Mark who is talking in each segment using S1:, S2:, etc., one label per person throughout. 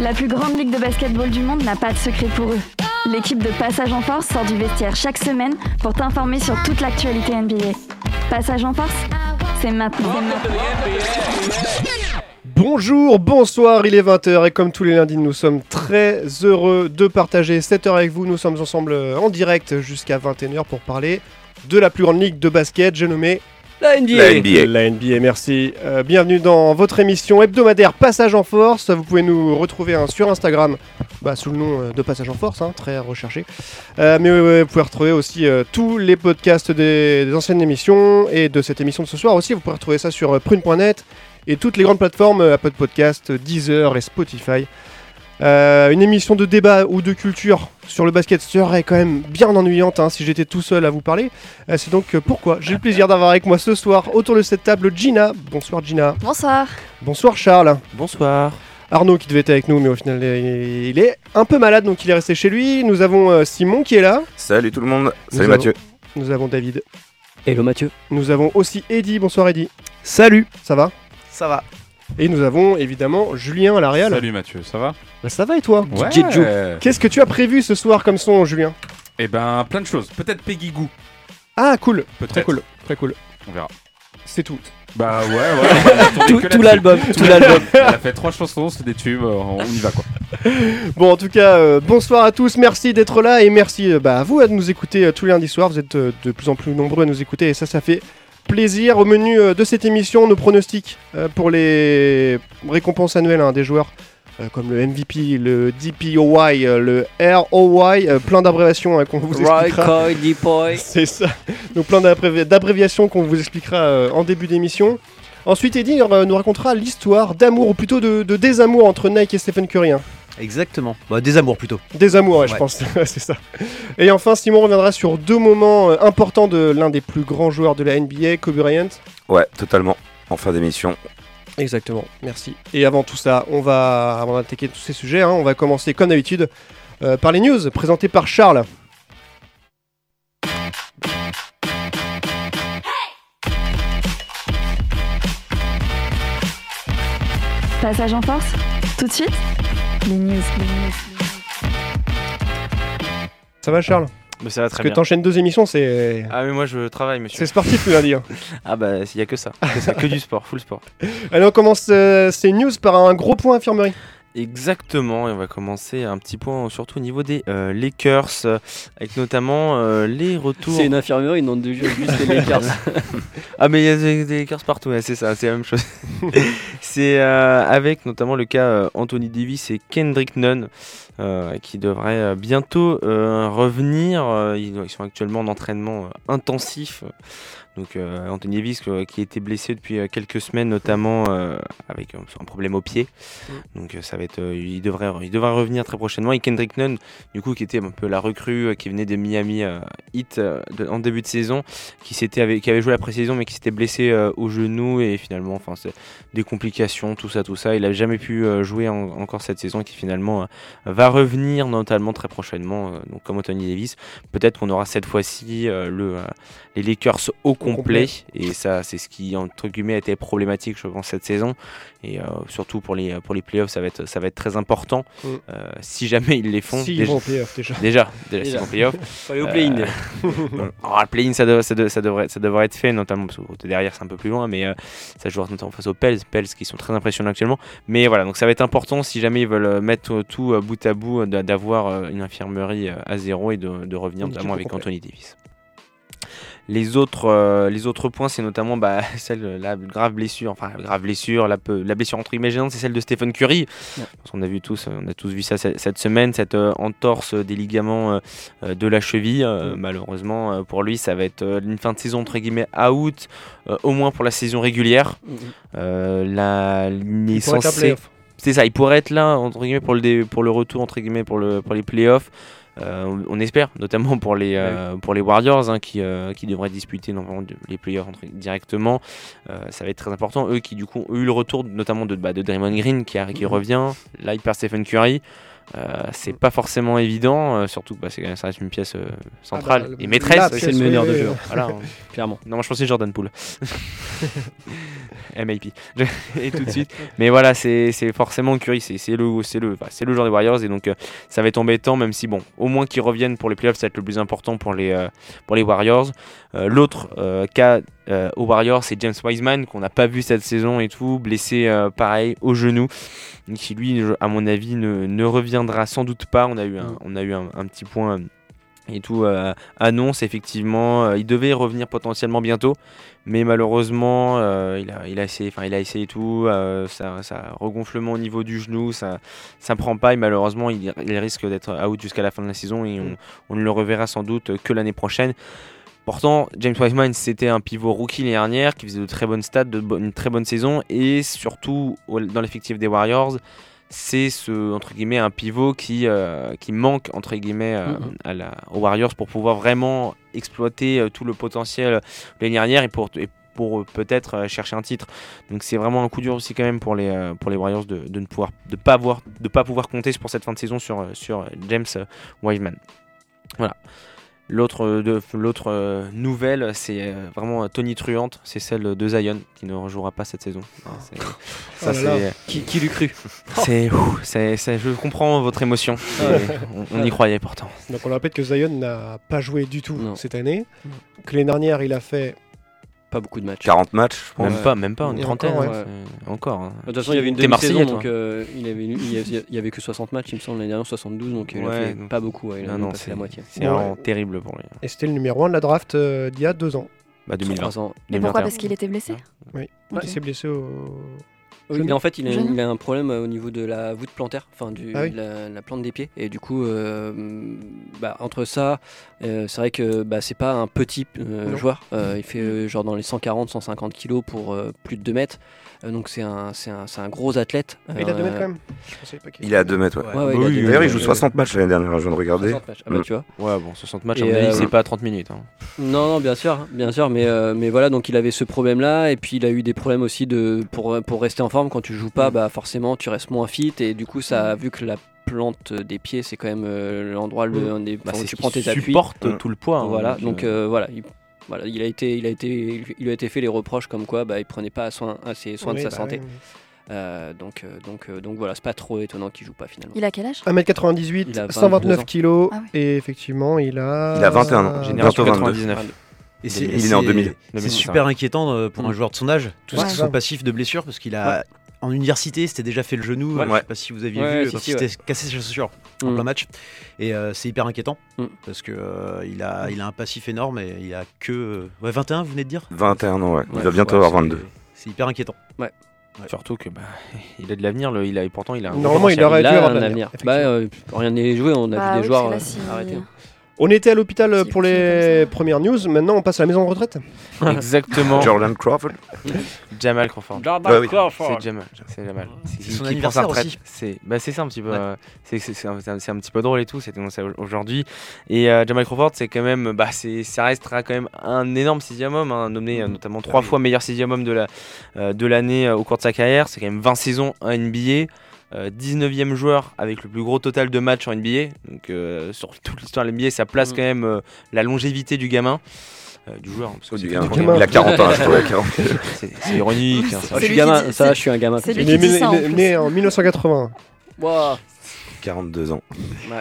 S1: La plus grande ligue de basketball du monde n'a pas de secret pour eux. L'équipe de Passage en Force sort du vestiaire chaque semaine pour t'informer sur toute l'actualité NBA. Passage en Force, c'est maintenant.
S2: Bonjour, bonsoir, il est 20h et comme tous les lundis, nous sommes très heureux de partager cette heure avec vous. Nous sommes ensemble euh, en direct jusqu'à 21h pour parler de la plus grande ligue de basket, j'ai nommé
S3: La
S4: La
S3: NBA.
S4: NBA.
S2: la NBA. Merci. Euh, bienvenue dans votre émission hebdomadaire Passage en Force. Vous pouvez nous retrouver hein, sur Instagram bah, sous le nom euh, de Passage en Force, hein, très recherché. Euh, mais euh, vous pouvez retrouver aussi euh, tous les podcasts des, des anciennes émissions et de cette émission de ce soir aussi. Vous pouvez retrouver ça sur euh, prune.net et toutes les grandes plateformes euh, Apple Podcast, Deezer et Spotify. Euh, une émission de débat ou de culture sur le basket serait quand même bien ennuyante hein, si j'étais tout seul à vous parler. Euh, C'est donc euh, pourquoi j'ai le plaisir d'avoir avec moi ce soir autour de cette table Gina. Bonsoir Gina.
S1: Bonsoir.
S2: Bonsoir Charles.
S3: Bonsoir.
S2: Arnaud qui devait être avec nous mais au final il il est un peu malade donc il est resté chez lui. Nous avons euh, Simon qui est là.
S4: Salut tout le monde. Salut
S2: avons-
S4: Mathieu.
S2: Nous avons David.
S3: Hello Mathieu.
S2: Nous avons aussi Eddy. Bonsoir Eddy.
S3: Salut.
S2: Ça va
S3: Ça va.
S2: Et nous avons évidemment Julien à la réal.
S5: Salut Mathieu, ça va
S2: Bah, ça va et toi
S3: DJ Joe.
S2: Qu'est-ce que tu as prévu ce soir comme son Julien
S5: Eh ben, plein de choses. Peut-être Peggy Goo.
S2: Ah cool, très
S5: Peut-être.
S2: cool, très cool.
S5: On verra.
S2: C'est tout.
S5: Bah ouais, ouais. on va tourner
S3: Tout,
S5: que là-dessus.
S3: tout l'album. Tout l'album.
S5: Elle a fait trois chansons, c'est des tubes, euh, on y va quoi.
S2: Bon, en tout cas, euh, bonsoir à tous, merci d'être là et merci euh, bah, à vous de nous écouter euh, tous les lundis soirs. Vous êtes euh, de plus en plus nombreux à nous écouter et ça, ça fait plaisir. Au menu euh, de cette émission, nos pronostics euh, pour les récompenses annuelles hein, des joueurs euh, comme le MVP, le DPOY, euh, le ROY, euh, plein d'abréviations hein, qu'on vous
S3: Roy,
S2: expliquera.
S3: Coy, Deepoy.
S2: C'est ça. Donc plein d'abré- d'abréviations qu'on vous expliquera euh, en début d'émission. Ensuite, Eddie euh, nous racontera l'histoire d'amour, ou plutôt de, de désamour entre Nike et Stephen Curry. hein.
S6: Exactement. Bah, des amours plutôt.
S2: Des amours, ouais, je
S6: Ouais.
S2: pense, Ouais, c'est ça. Et enfin, Simon reviendra sur deux moments euh, importants de l'un des plus grands joueurs de la NBA, Kobe Bryant.
S4: Ouais, totalement. En fin d'émission.
S2: Exactement, merci. Et avant tout ça, on va, avant d'attaquer tous ces sujets, hein, on va commencer comme d'habitude euh, par les news présentées par Charles.
S1: Passage en Force, tout de suite, les news.
S2: Ça va, Charles
S7: Mais ça va
S2: Parce
S7: très
S2: que
S7: bien.
S2: t'enchaînes deux émissions, c'est euh,
S7: Ah mais moi je travaille monsieur.
S2: c'est sportif le lundi. hein.
S7: Ah bah il y a que ça, que ça, que du sport, full sport.
S2: Allez, on commence euh, ces news par un gros point infirmerie.
S7: Exactement, et on va commencer un petit point surtout au niveau des euh, Lakers, euh, avec notamment euh, les retours.
S3: C'est une infirmerie, une nom de jeu juste les Lakers.
S7: Ah mais il y a des, des Lakers partout, ouais, c'est ça, c'est la même chose. c'est euh, avec notamment le cas euh, Anthony Davis et Kendrick Nunn euh, qui devraient euh, bientôt euh, revenir. Euh, ils, ils sont actuellement en entraînement euh, intensif. Donc euh, Anthony Davis euh, qui a été blessé depuis euh, quelques semaines notamment euh, avec euh, un problème au pied. Donc euh, ça va être, euh, il devrait, il devrait revenir très prochainement. Et Kendrick Nunn du coup qui était un peu la recrue euh, qui venait des Miami euh, Heat euh, de- en début de saison qui, s'était, avait, qui avait joué la pré-saison mais qui s'était blessé euh, au genou et finalement enfin, c'est des complications, tout ça, tout ça. Il n'a jamais pu euh, jouer en- encore cette saison et qui finalement euh, va revenir notamment très prochainement, euh, donc comme Anthony Davis. Peut-être qu'on aura cette fois-ci euh, le, euh, les Lakers au complet et ça c'est ce qui entre guillemets a été problématique je pense cette saison et euh, surtout pour les, pour les playoffs ça va être, ça va être très important
S2: Mm.
S7: Euh, si jamais ils les font.
S2: si, ils
S7: déjà,
S2: vont au playoff, déjà.
S7: déjà, déjà,
S3: Déjà.
S7: s'ils vont playoff.
S3: Fallait au play-in.
S7: Bon, alors, oh, le play-in, ça, dev- ça, dev- ça devrait, ça devrait être fait, notamment parce que derrière c'est un peu plus loin, mais euh, ça jouera notamment face aux Pels, Pels qui sont très impressionnants actuellement. Mais voilà, donc ça va être important si jamais ils veulent euh, mettre euh, tout euh, bout à bout, euh, d'a- d'avoir euh, une infirmerie euh, à zéro et de, de revenir
S2: Une équipe
S7: notamment avec
S2: complète.
S7: Anthony Davis. Les autres, euh, les autres points, c'est notamment bah, celle, la grave blessure, enfin la grave blessure, la, peu- la blessure entre guillemets gênante, c'est celle de Stephen Curry.
S3: Ouais.
S7: On a vu tous, on a tous vu ça cette cette semaine, cette euh, entorse des ligaments euh, euh, de la cheville. Euh, Malheureusement, euh, pour lui, ça va être euh, une fin de saison entre guillemets out, euh, au moins pour la saison régulière. Euh, la, il est
S2: Ils pourraient être à
S7: censé-
S2: playoff.
S7: c'est ça, il pourrait être là entre guillemets pour le dé- pour le retour entre guillemets pour le pour les playoffs. Euh, on- on espère, notamment pour les euh, pour les Warriors hein, qui euh, qui devraient disputer normalement de- les playoffs entre- directement. Euh, ça va être très important. Eux qui du coup ont eu le retour notamment de bah, de Draymond Green qui a- qui revient. Là il perd Stephen Curry. Euh, c'est pas forcément évident, euh, surtout que bah, c'est- ça reste une pièce euh, centrale
S2: Ah bah,
S7: et
S2: la
S7: maîtresse.
S2: pièce,
S3: c'est le meneur de jeu.
S2: oui, oui.
S7: Voilà.
S3: Clairement.
S7: Non, moi je pensais Jordan Poole. MIP. et tout de suite. Mais voilà, c'est c'est forcément Curry, c'est c'est le, c'est le, enfin, c'est le joueur des Warriors et donc euh, ça va être embêtant, même si bon, au moins qu'ils reviennent pour les playoffs, ça va être le plus important pour les, euh, pour les Warriors. Euh, L'autre euh, cas euh, aux Warriors, c'est James Wiseman qu'on n'a pas vu cette saison et tout, blessé euh, pareil au genou, qui lui, je- à mon avis, ne, ne reviendra sans doute pas. On a eu un, on a eu un, un petit point. euh, et tout euh, annonce effectivement, euh, il devait revenir potentiellement bientôt, mais malheureusement, euh, il, a, il, a essayé, enfin, il a essayé et tout, euh, ça, ça regonflement au niveau du genou, ça ça prend pas et malheureusement, il, il risque d'être out jusqu'à la fin de la saison et on, on ne le reverra sans doute que l'année prochaine. Pourtant, James Wiseman, c'était un pivot rookie l'année dernière qui faisait de très bonnes stats, de bo- une très bonne saison et surtout au- dans l'effectif des Warriors, c'est ce entre guillemets un pivot qui, euh, qui manque entre guillemets euh, à la, aux Warriors pour pouvoir vraiment exploiter euh, tout le potentiel l'année dernière et pour et pour euh, peut-être euh, chercher un titre. Donc c'est vraiment un coup dur aussi quand même pour les, euh, pour les Warriors de, de ne pouvoir, de pas avoir, de pas pouvoir compter pour cette fin de saison sur, euh, sur euh, James euh, Wiseman. Voilà. L'autre euh, de- l'autre, euh, nouvelle, c'est euh, vraiment euh, tonitruante, c'est celle de Zion qui ne rejouera pas cette saison. Ah, C'est- Ça,
S2: Oh là là.
S7: c'est-
S3: Qui, qui l'eût cru
S7: c'est, ouh, c'est- c'est- je comprends votre émotion.
S2: Ah
S7: Et on- on y croyait pourtant.
S2: Donc on le répète que Zion n'a pas joué du tout
S3: Non.
S2: cette année. Que l'année dernière, il a fait.
S3: Pas beaucoup de matchs.
S4: 40 matchs, je pense.
S7: Même pas, même pas, une
S2: Et
S7: trentaine.
S2: encore,
S3: ouais.
S7: c'est- encore hein.
S3: De toute façon, il y avait une
S7: T'es
S3: demi-saison,
S7: Marseillais, toi.
S3: donc euh, il, avait, une- il, y avait, il y avait que 60 matchs, il me semble, l'année dernière, 72, donc euh, il en a
S7: Ouais,
S3: fait
S7: donc-
S3: pas beaucoup, ouais, il en a
S7: Non, non,
S3: pas fait la moitié.
S7: C'est
S2: Ouais.
S7: vraiment terrible pour lui.
S2: Et c'était le numéro 1 de la draft euh, d'il y a deux ans.
S7: Bah, 2020.
S3: Trois ans.
S1: Mais pourquoi
S7: 2021.
S1: Parce qu'il était blessé
S2: Oui.
S1: Ok.
S2: Il s'est blessé au.
S3: Oui,
S2: Genou.
S3: mais en fait, il a,
S1: Genou.
S3: il a un problème euh, au niveau de la voûte plantaire, enfin du,
S2: Ah oui.
S3: de la, la plante des pieds. Et du coup, euh, bah, entre ça, euh, c'est vrai que bah, c'est pas un petit euh,
S2: Non.
S3: joueur. Euh, il fait euh, genre dans les 140, 150 kilos pour euh, plus de 2 mètres. Euh, donc c'est un, c'est un, c'est un gros athlète.
S2: Mais il a
S3: Euh,
S2: 2 mètres quand même. Je pensais pas qu'il-
S4: Il est à 2 mètres, ouais.
S3: Ouais,
S7: Oui,
S3: ouais, il a deux
S4: D'ailleurs, il
S3: mètres,
S4: joue
S3: euh,
S4: 60 matchs l'année dernière, je viens de regarder.
S3: 60 matchs. Ah bah,
S4: Mm.
S3: tu vois.
S7: Ouais, bon, 60 matchs, à
S3: Et
S7: mon avis,
S3: euh,
S7: c'est pas 30 minutes. hein.
S3: Non, non, bien sûr, bien sûr, mais, euh, mais voilà, donc il avait ce problème-là, et puis il a eu des problèmes aussi de, pour, pour rester en forme. Quand tu joues pas, bah forcément, tu restes moins fit, et du coup, ça, vu que la plante des pieds, c'est quand même euh, l'endroit le, un des-
S7: Bah,
S3: enfin, où
S7: c'est ce
S3: tu prends
S7: qui
S3: tes appuis.
S7: supporte
S4: Mm.
S7: tout le poids. hein,
S3: Voilà, donc
S7: euh,
S3: euh, voilà, il, voilà, il a été, il a été, il lui a été fait les reproches comme quoi, bah, il prenait pas soin, assez soin
S2: Oui,
S3: de sa
S2: bah
S3: santé.
S2: oui.
S3: Euh, donc, euh, donc, euh, donc voilà, c'est pas trop étonnant qu'il joue pas finalement.
S1: Il a quel âge
S2: 1m98,
S3: Il a 22
S2: 129
S3: ans.
S2: kilos,
S1: Ah ouais.
S2: et effectivement, il a.
S4: Il a 21 ans.
S7: génération
S4: bientôt 22.
S7: 99.
S6: Et
S7: Il
S4: est né en 2000.
S6: C'est
S7: 2005.
S6: super inquiétant euh, pour
S3: Mm.
S6: un joueur de son âge, tout
S2: Ouais.
S6: ce qui sont passifs de blessures, parce qu'il a. En université, c'était déjà fait le genou. euh,
S4: Ouais.
S6: Je sais pas si vous aviez
S3: Ouais,
S6: vu,
S3: si,
S6: quand
S3: si,
S6: il s'était cassé sa chaussure en
S3: Mm.
S6: plein match. Et euh, c'est hyper inquiétant
S3: Mm.
S6: parce que euh, il a, il a un passif énorme et il a que euh, ouais, 21, vous venez de dire.
S4: 21 ans, ouais. Il
S3: Ouais,
S4: va bientôt
S3: ouais,
S4: avoir 22.
S6: C'est hyper inquiétant.
S7: Surtout que bah, il a de l'avenir, le- il a, et pourtant il a un
S2: Normalement, il
S7: potentiel.
S2: aurait
S3: Il
S2: dû
S3: a
S2: avoir de
S3: un
S2: l'avenir.
S3: avenir. Bah, euh, rien n'est joué, on a
S1: Bah
S3: vu
S1: oui,
S3: des joueurs euh,
S1: parce que là, si-
S3: arrêter.
S2: On était à l'hôpital euh,
S1: C'est
S2: pour
S1: fini
S2: les
S1: comme ça.
S2: premières news, maintenant on passe à la maison de retraite.
S7: Exactement.
S4: Jordan Crawford
S7: Jamal Crawford.
S4: Bah oui.
S7: C'est Jamal. C'est Jamal. C'est
S6: son
S7: prend sa
S6: anniversaire
S7: retraite.
S6: aussi.
S7: C'est bah, c'est ça un petit peu.
S6: Ouais.
S7: euh, c'est- c'est- c'est un, c'est un- c'est un petit peu drôle et tout. C'était annoncé au- aujourd'hui. Et euh, Jamal Crawford, c'est quand même. Bah, c'est- ça restera quand même un énorme sixième homme. hein, nommé euh, notamment trois fois meilleur sixième homme de la euh, de l'année euh, au cours de sa carrière. C'est quand même 20 saisons en NBA. euh, 19e joueur avec le plus gros total de matchs en NBA. Donc euh, sur toute l'histoire de l'NBA, ça place
S3: Mm.
S7: quand même euh, la longévité du gamin. Euh, du joueur, hein, parce que c'est
S4: du
S7: plus
S4: gain.
S7: trop
S2: gamin.
S4: Il a 40 ans, je crois. 40.
S7: c'est c'est ironique. hein, ça.
S3: Ah, je
S1: lui
S3: suis
S1: qui
S3: gamin,
S1: dit-
S3: ça,
S1: c'est-
S3: je suis un gamin.
S1: c'est lui
S2: Il est
S1: qui dit
S2: né-
S1: ça, en
S2: né-
S1: plus.
S2: né en 1980.
S3: Wouah.
S4: 42 ans.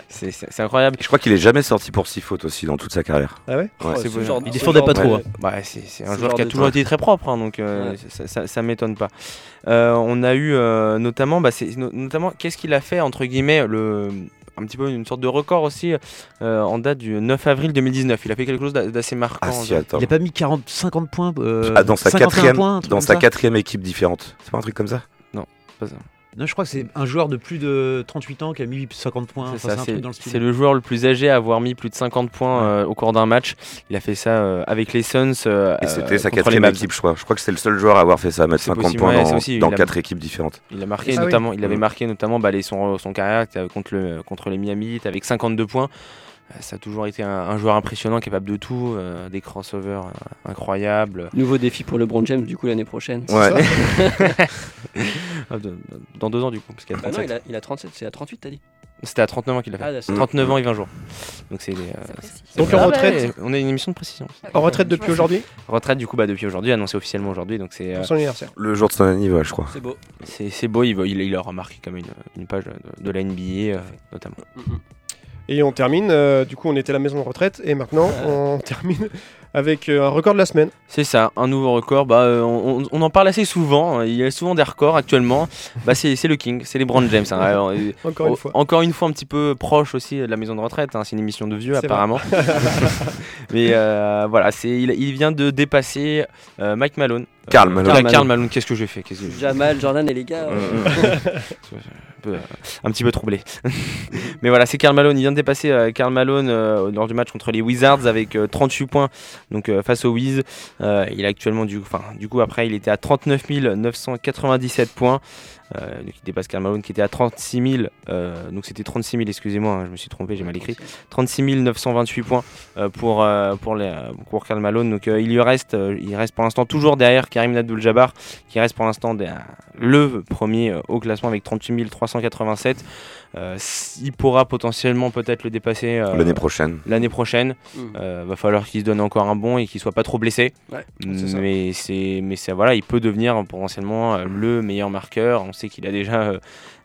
S7: C'est- C'est c'est incroyable.
S4: Et je crois qu'il est jamais sorti pour 6 fautes aussi dans toute sa carrière.
S2: Ah ouais
S4: Ouais,
S3: Oh,
S7: c'est
S3: ce
S7: bon.
S3: genre-
S6: Il
S3: ce
S6: défendait
S3: genre
S6: pas
S3: de-
S6: trop. hein.
S7: Bah, c'est c'est un
S3: Ce
S7: joueur
S3: genre
S7: qui a
S3: de
S7: toujours
S3: truc.
S7: été très propre, hein, donc euh,
S3: Ouais.
S7: ça, ça- ça m'étonne pas. Euh, on a eu euh, notamment, bah, c'est- no- notamment qu'est-ce qu'il a fait entre guillemets le un petit peu une sorte de record aussi euh, en date du 9 avril 2019. Il a fait quelque chose d'a- d'assez marquant. hein,
S4: Ah si, attends.
S6: Il a pas mis 40, 50 points. euh,
S4: Ah, dans sa
S6: 51
S4: quatrième,
S6: points, un truc
S4: dans
S6: comme
S4: sa
S6: ça.
S4: quatrième équipe différente. C'est pas un truc comme ça
S6: Non, je crois que c'est un joueur de plus de 38 ans qui a mis 50 points.
S7: C'est
S6: Enfin, c'est
S7: ça,
S6: un
S7: c'est-
S6: truc dans le
S7: c'est
S6: style.
S7: le joueur le plus âgé à avoir mis plus de 50 points euh, au cours d'un match. Il a fait ça euh, avec les Suns. euh,
S4: Et
S7: euh,
S4: c'était sa
S7: contre les
S4: quatrième
S7: Mavs.
S4: équipe, je crois. Je crois que c'est le seul joueur à avoir fait ça, mettre
S7: C'est
S4: 50
S7: possible,
S4: points
S7: ouais,
S4: dans,
S7: c'est aussi,
S4: dans
S7: il a-
S4: 4 équipes différentes.
S7: Il a marqué
S2: Ah oui.
S7: notamment, il avait
S4: Mm.
S7: marqué notamment bah, les- son, son carrière euh, contre, le, contre les Miami Heat avec 52 points. Euh, Ça a toujours été un, un joueur impressionnant, capable de tout, euh, des crossovers euh, incroyables.
S3: Nouveau défi pour LeBron James, du coup, l'année prochaine.
S4: Ouais.
S7: Ah, de- Dans deux ans du coup, parce qu'il y a
S3: Bah non,
S7: 37.
S3: il a, il a 37, c'est à 38, t'as dit
S7: C'était à 39 ans qu'il l'a fait.
S3: Ah, d'accord.
S7: 39 ans et 20 jours. Donc c'est. des, euh,
S8: C'est précis.
S7: c'est-
S2: Donc, en
S7: Ah, bah,
S2: retraite-
S7: On a une émission de précision.
S2: En retraite depuis aujourd'hui
S7: Retraite du coup bah depuis aujourd'hui, annoncée officiellement aujourd'hui, donc c'est euh,
S2: Pour son anniversaire.
S4: Le jour de son anniversaire, je crois.
S3: C'est beau.
S7: c'est c'est beau. Il, va- il, il aura marqué comme une, une page de, de la NBA euh, notamment.
S2: Et on termine, euh, du coup on était à la maison de retraite et maintenant on termine avec euh, un record de la semaine.
S7: C'est ça, un nouveau record. Bah euh, on, on- on en parle assez souvent. hein, Il y a souvent des records actuellement. Bah c'est c'est le King, c'est les Brown James. hein. Alors, euh,
S2: Encore une
S7: Oh,
S2: fois.
S7: Encore une fois, un petit peu proche aussi de la maison de retraite. hein. C'est une émission de vieux,
S2: C'est vrai.
S7: apparemment. Mais euh, voilà, c'est il, il vient de dépasser euh, Mike Malone. Euh,
S4: Karl Malone.
S7: Karl
S4: Karl
S7: Karl Malone, qu'est-ce que j'ai fait Qu'est-ce que j'ai fait
S3: Jamal, Jordan et les gars. euh,
S7: Euh, un, peu, euh, un petit peu troublé. Mais voilà, c'est Karl Malone. Il vient de dépasser euh, Karl Malone euh, lors du match contre les Wizards avec euh, 38 points donc, euh, face aux Wiz. Euh, il a actuellement, du, enfin, du coup, après, il était à 39 997 points. Euh, donc, il dépasse Karl Malone qui était à 36 000. euh, donc, c'était 36 000, excusez-moi, hein, je me suis trompé, j'ai mal écrit. 36 928 points euh, pour, euh, pour, les, euh, pour Karl Malone. Donc, euh, il lui reste, euh, il reste pour l'instant toujours derrière Karim Abdul-Jabbar qui reste pour l'instant des- le premier euh, au classement avec 38 387. Euh, s- il pourra potentiellement peut-être le dépasser euh,
S4: L'année prochaine.
S7: l'année prochaine.
S3: Mhm.
S7: Euh, va falloir qu'il se donne encore un bon et qu'il soit pas trop blessé. Mm,
S3: Ouais, c'est ça.
S7: mais c'est mais ça voilà, il peut devenir potentiellement euh, le meilleur marqueur. On sait qu'il a déjà euh,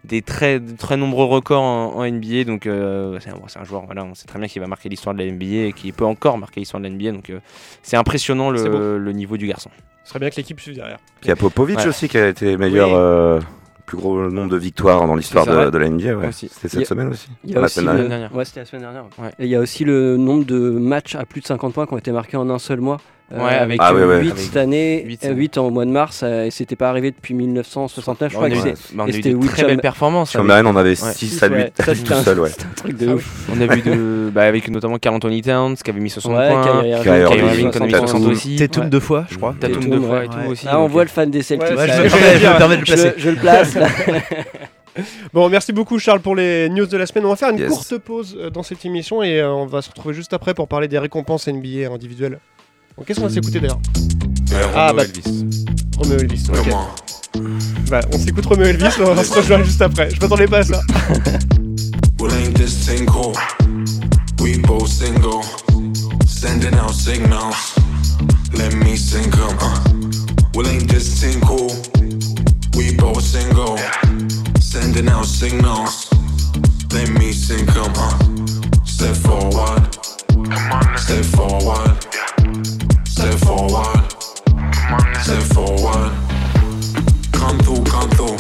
S7: des très de très nombreux records en, en NBA donc euh, c'est un, bon, c'est un joueur voilà, on sait très bien qu'il va marquer l'histoire de la NBA et qu'il peut encore marquer l'histoire de la NBA donc euh, c'est impressionnant
S2: C'est beau.
S7: le, le niveau du garçon.
S2: Ce serait bien que l'équipe suive derrière.
S4: Puis il y a Popovic
S7: Ouais.
S4: aussi qui a été meilleur.
S7: Oui.
S4: euh, plus gros nombre de victoires dans l'histoire
S7: C'est ça,
S4: de,
S7: ouais.
S4: de la NBA, ouais.
S7: Aussi.
S4: C'était
S3: Il y
S4: cette
S3: a-
S4: semaine aussi.
S3: Il y a
S4: La
S3: aussi
S4: semaine
S3: le-
S7: dernière.
S3: ouais, c'était la semaine dernière.
S7: Ouais.
S3: Et il y a aussi le nombre de matchs à plus de 50 points qui ont été marqués en un seul mois.
S7: Ouais, avec, euh,
S4: Ah ouais, ouais.
S3: 8
S7: avec
S3: cette année,
S7: huit,
S3: 8,
S7: c'est
S3: en mois de mars, euh, et c'était pas arrivé depuis 1969, je
S7: Bah,
S3: crois
S7: on a
S3: que
S7: eu
S3: c'est
S7: des- bah, on a
S3: et
S7: eu
S3: c'était
S7: des très
S3: Wilson-
S7: belles performances.
S4: Sur
S7: avec-
S4: Marine, on avait
S7: Ouais. Ah
S4: 6 à 8
S3: Ouais, ça, c'était
S4: tout
S3: un-
S4: seul, ouais.
S3: c'était un truc
S4: Ah
S3: de ouf.
S7: On a vu de, bah, avec notamment Carl Anthony Towns qui avait mis 60
S3: Ouais,
S7: points.
S3: Kyrie Irving,
S4: Kyrie
S7: Kyrie
S4: Irving,
S7: Irving qui en a mis
S4: Tatum.
S7: 60 aussi.
S6: Tatum deux fois, je crois.
S7: Tatum
S3: Tatum,
S7: deux fois et
S3: ouais.
S7: tout
S6: Ouais.
S7: aussi.
S3: Là, on
S7: donc,
S3: voit
S7: euh,
S3: le fan des Celtics.
S2: Ouais,
S6: Ouais,
S3: là.
S6: je, je- je me permets de le
S3: Je-
S6: placer.
S3: je le place. là.
S2: Bon, merci beaucoup Charles pour les news de la semaine. On va faire une
S4: Yes.
S2: courte pause euh, dans cette émission et euh, on va se retrouver juste après pour parler des récompenses NBA individuelles. Bon, qu'est-ce qu'on va s'écouter d'ailleurs Ah,
S9: ah,
S2: bah-
S9: bah. Elvis.
S2: Romeo Elvis. ok. Bah, on s'écoute Romeo Elvis, on va se rejoindre juste après. Je m'attendais pas à ça.
S10: Well, ain't this thing cool? We both single, sending out signals. Let me sink 'em. uh. Well, ain't this thing cool? We both single, sending out signals. Let me sink 'em. uh. Step forward, step forward, step forward, step forward. Come through, come through.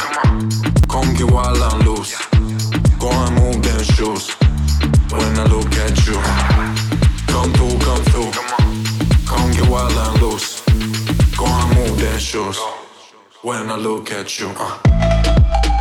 S10: Come get wild and loose. Go and move them shoes when I look at you. Come through, come through. Come get wild and loose. Go and move them shoes when I look at you. Uh.